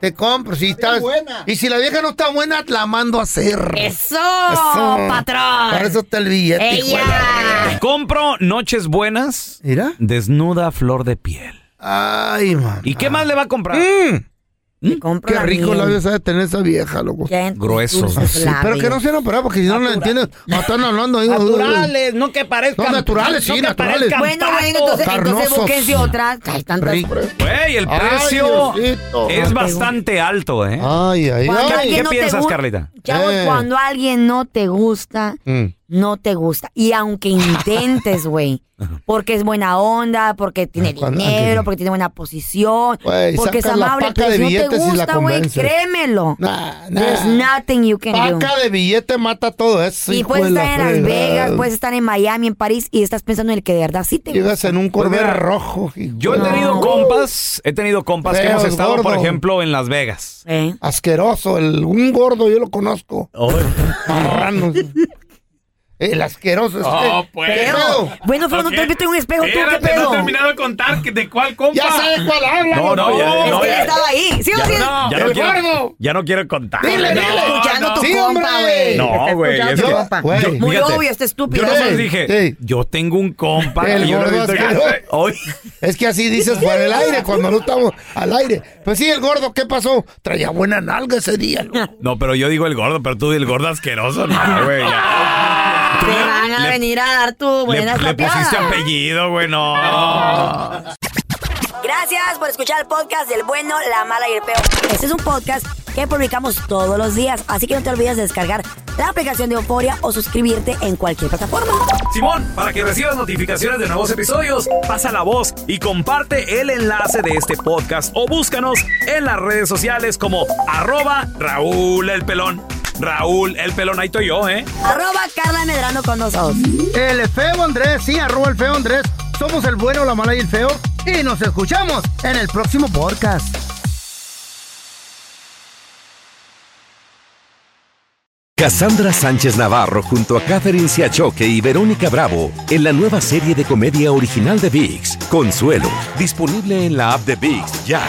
B: Te compro. Si estás, y si la vieja no está buena, la mando a hacer.
C: Eso,
B: patrón. Para eso está el billete. hijo de la-
A: Te compro noches buenas. Desnuda a flor de piel.
B: Ay, man. Mm.
A: ¿Y qué más le va a comprar? ¿Mm?
B: Qué rico labios ha de tener esa vieja, loco.
A: Gruesos.
B: Ah, sí, pero que no sean operados porque si no, no la entiendes. No están hablando ahí.
A: Naturales, no que parezcan.
B: No, naturales,
A: no
B: sí,
A: que
B: naturales.
A: parezcan
C: Bueno, bueno, entonces, entonces
B: Carnosos.
C: búsquense otra. Hay tantas.
A: Güey, el
B: Ay,
A: precio
B: Diosito.
A: es
B: No,
A: bastante alto, ¿eh?
B: Ay, ay,
C: Cuando
A: ¿Qué,
C: alguien
A: qué
C: no te
A: piensas,
C: gu-
A: Carlita?
C: Chavos,
A: Eh.
C: cuando alguien no te gusta, no te gusta. Y aunque intentes, güey, porque es buena onda, porque tiene
B: Cuando-
C: dinero, porque tiene buena posición,
B: Güey,
C: porque es
B: sacas la
C: amable,
B: paca
C: pero
B: de
C: si no te
B: billetes y la
C: gusta, güey,
B: convences.
C: créemelo.
B: nah.
C: There's nothing you can do.
B: Paca de billete mata todo eso.
C: Y
B: hijo
C: puedes
B: de la
C: estar en Las
B: fregada.
C: Vegas, pues. puedes estar en Miami, en París, y estás pensando en el que de verdad sí te gusta.
B: Llegas en un
A: Pues
B: Corvette
A: mira,
B: rojo. hijo
A: Yo he
B: de-
A: tenido compas, he tenido compas que
B: Feos,
A: hemos estado, por
B: gordo.
A: ejemplo, en Las Vegas.
B: Asqueroso, el, un gordo, yo lo conozco. Marrano. El asqueroso. es
A: Oh,
B: que-
A: pues.
B: ¿Qué pedo?
C: Bueno, pero no te viste en un espejo, tú, ¿qué
B: Espérate, no
C: pedo?
B: he
F: terminado de contar que de cuál compa.
B: Ya sabes cuál habla.
A: No, no, ya,
C: Es
A: no,
C: que
A: ya.
C: él estaba ahí. ¿Sí o
A: Ya,
C: sí?
A: no, ya no
C: Eduardo.
A: quiero, ya no quiero contar.
C: Dile, dile. Escuchando
B: Mm.
C: tu compa, güey.
A: No,
C: Está
A: güey.
C: escuchando
A: es
C: tu
A: que-
C: compa.
A: Güey,
C: Yo- Muy
A: fíjate,
C: obvio, este estúpido.
A: Yo nomás
C: Sí,
A: dije,
B: sí.
A: yo tengo un compa.
B: El
A: y yo
B: gordo
A: le dije,
B: asqueroso.
A: "Oye,
B: Es que así dices por el aire, cuando no estamos al aire. Pues sí, el gordo, ¿qué pasó? Traía buena nalga ese día. loco.
A: No, pero yo digo el gordo, pero tú el gordo asqueroso, no, güey. ya.
C: Te van a
A: le-
C: venir a dar tu
A: Le,
C: buena
A: le pusiste
C: tapiada.
A: apellido, güey, no.
C: Gracias por escuchar el podcast del bueno, la mala y el peor. Este es un podcast que publicamos todos los días, así que no te olvides de descargar la aplicación de Euforia o suscribirte en cualquier plataforma.
A: Simón, para que recibas notificaciones de nuevos episodios, pasa la voz y comparte el enlace de este podcast o búscanos en las redes sociales como arroba Raúl el Pelón. Raúl el Pelón, ahí estoy yo, ¿eh?
C: Arroba Carla Medrano con nosotros.
B: El feo Andrés, sí, arroba el feo Andrés. Somos el bueno, la mala y el feo. Y nos escuchamos en el próximo podcast.
H: Cassandra Sánchez Navarro junto a Catherine Siachoque y Verónica Bravo en la nueva serie de comedia original de VIX, Consuelo, disponible en la app de VIX ya.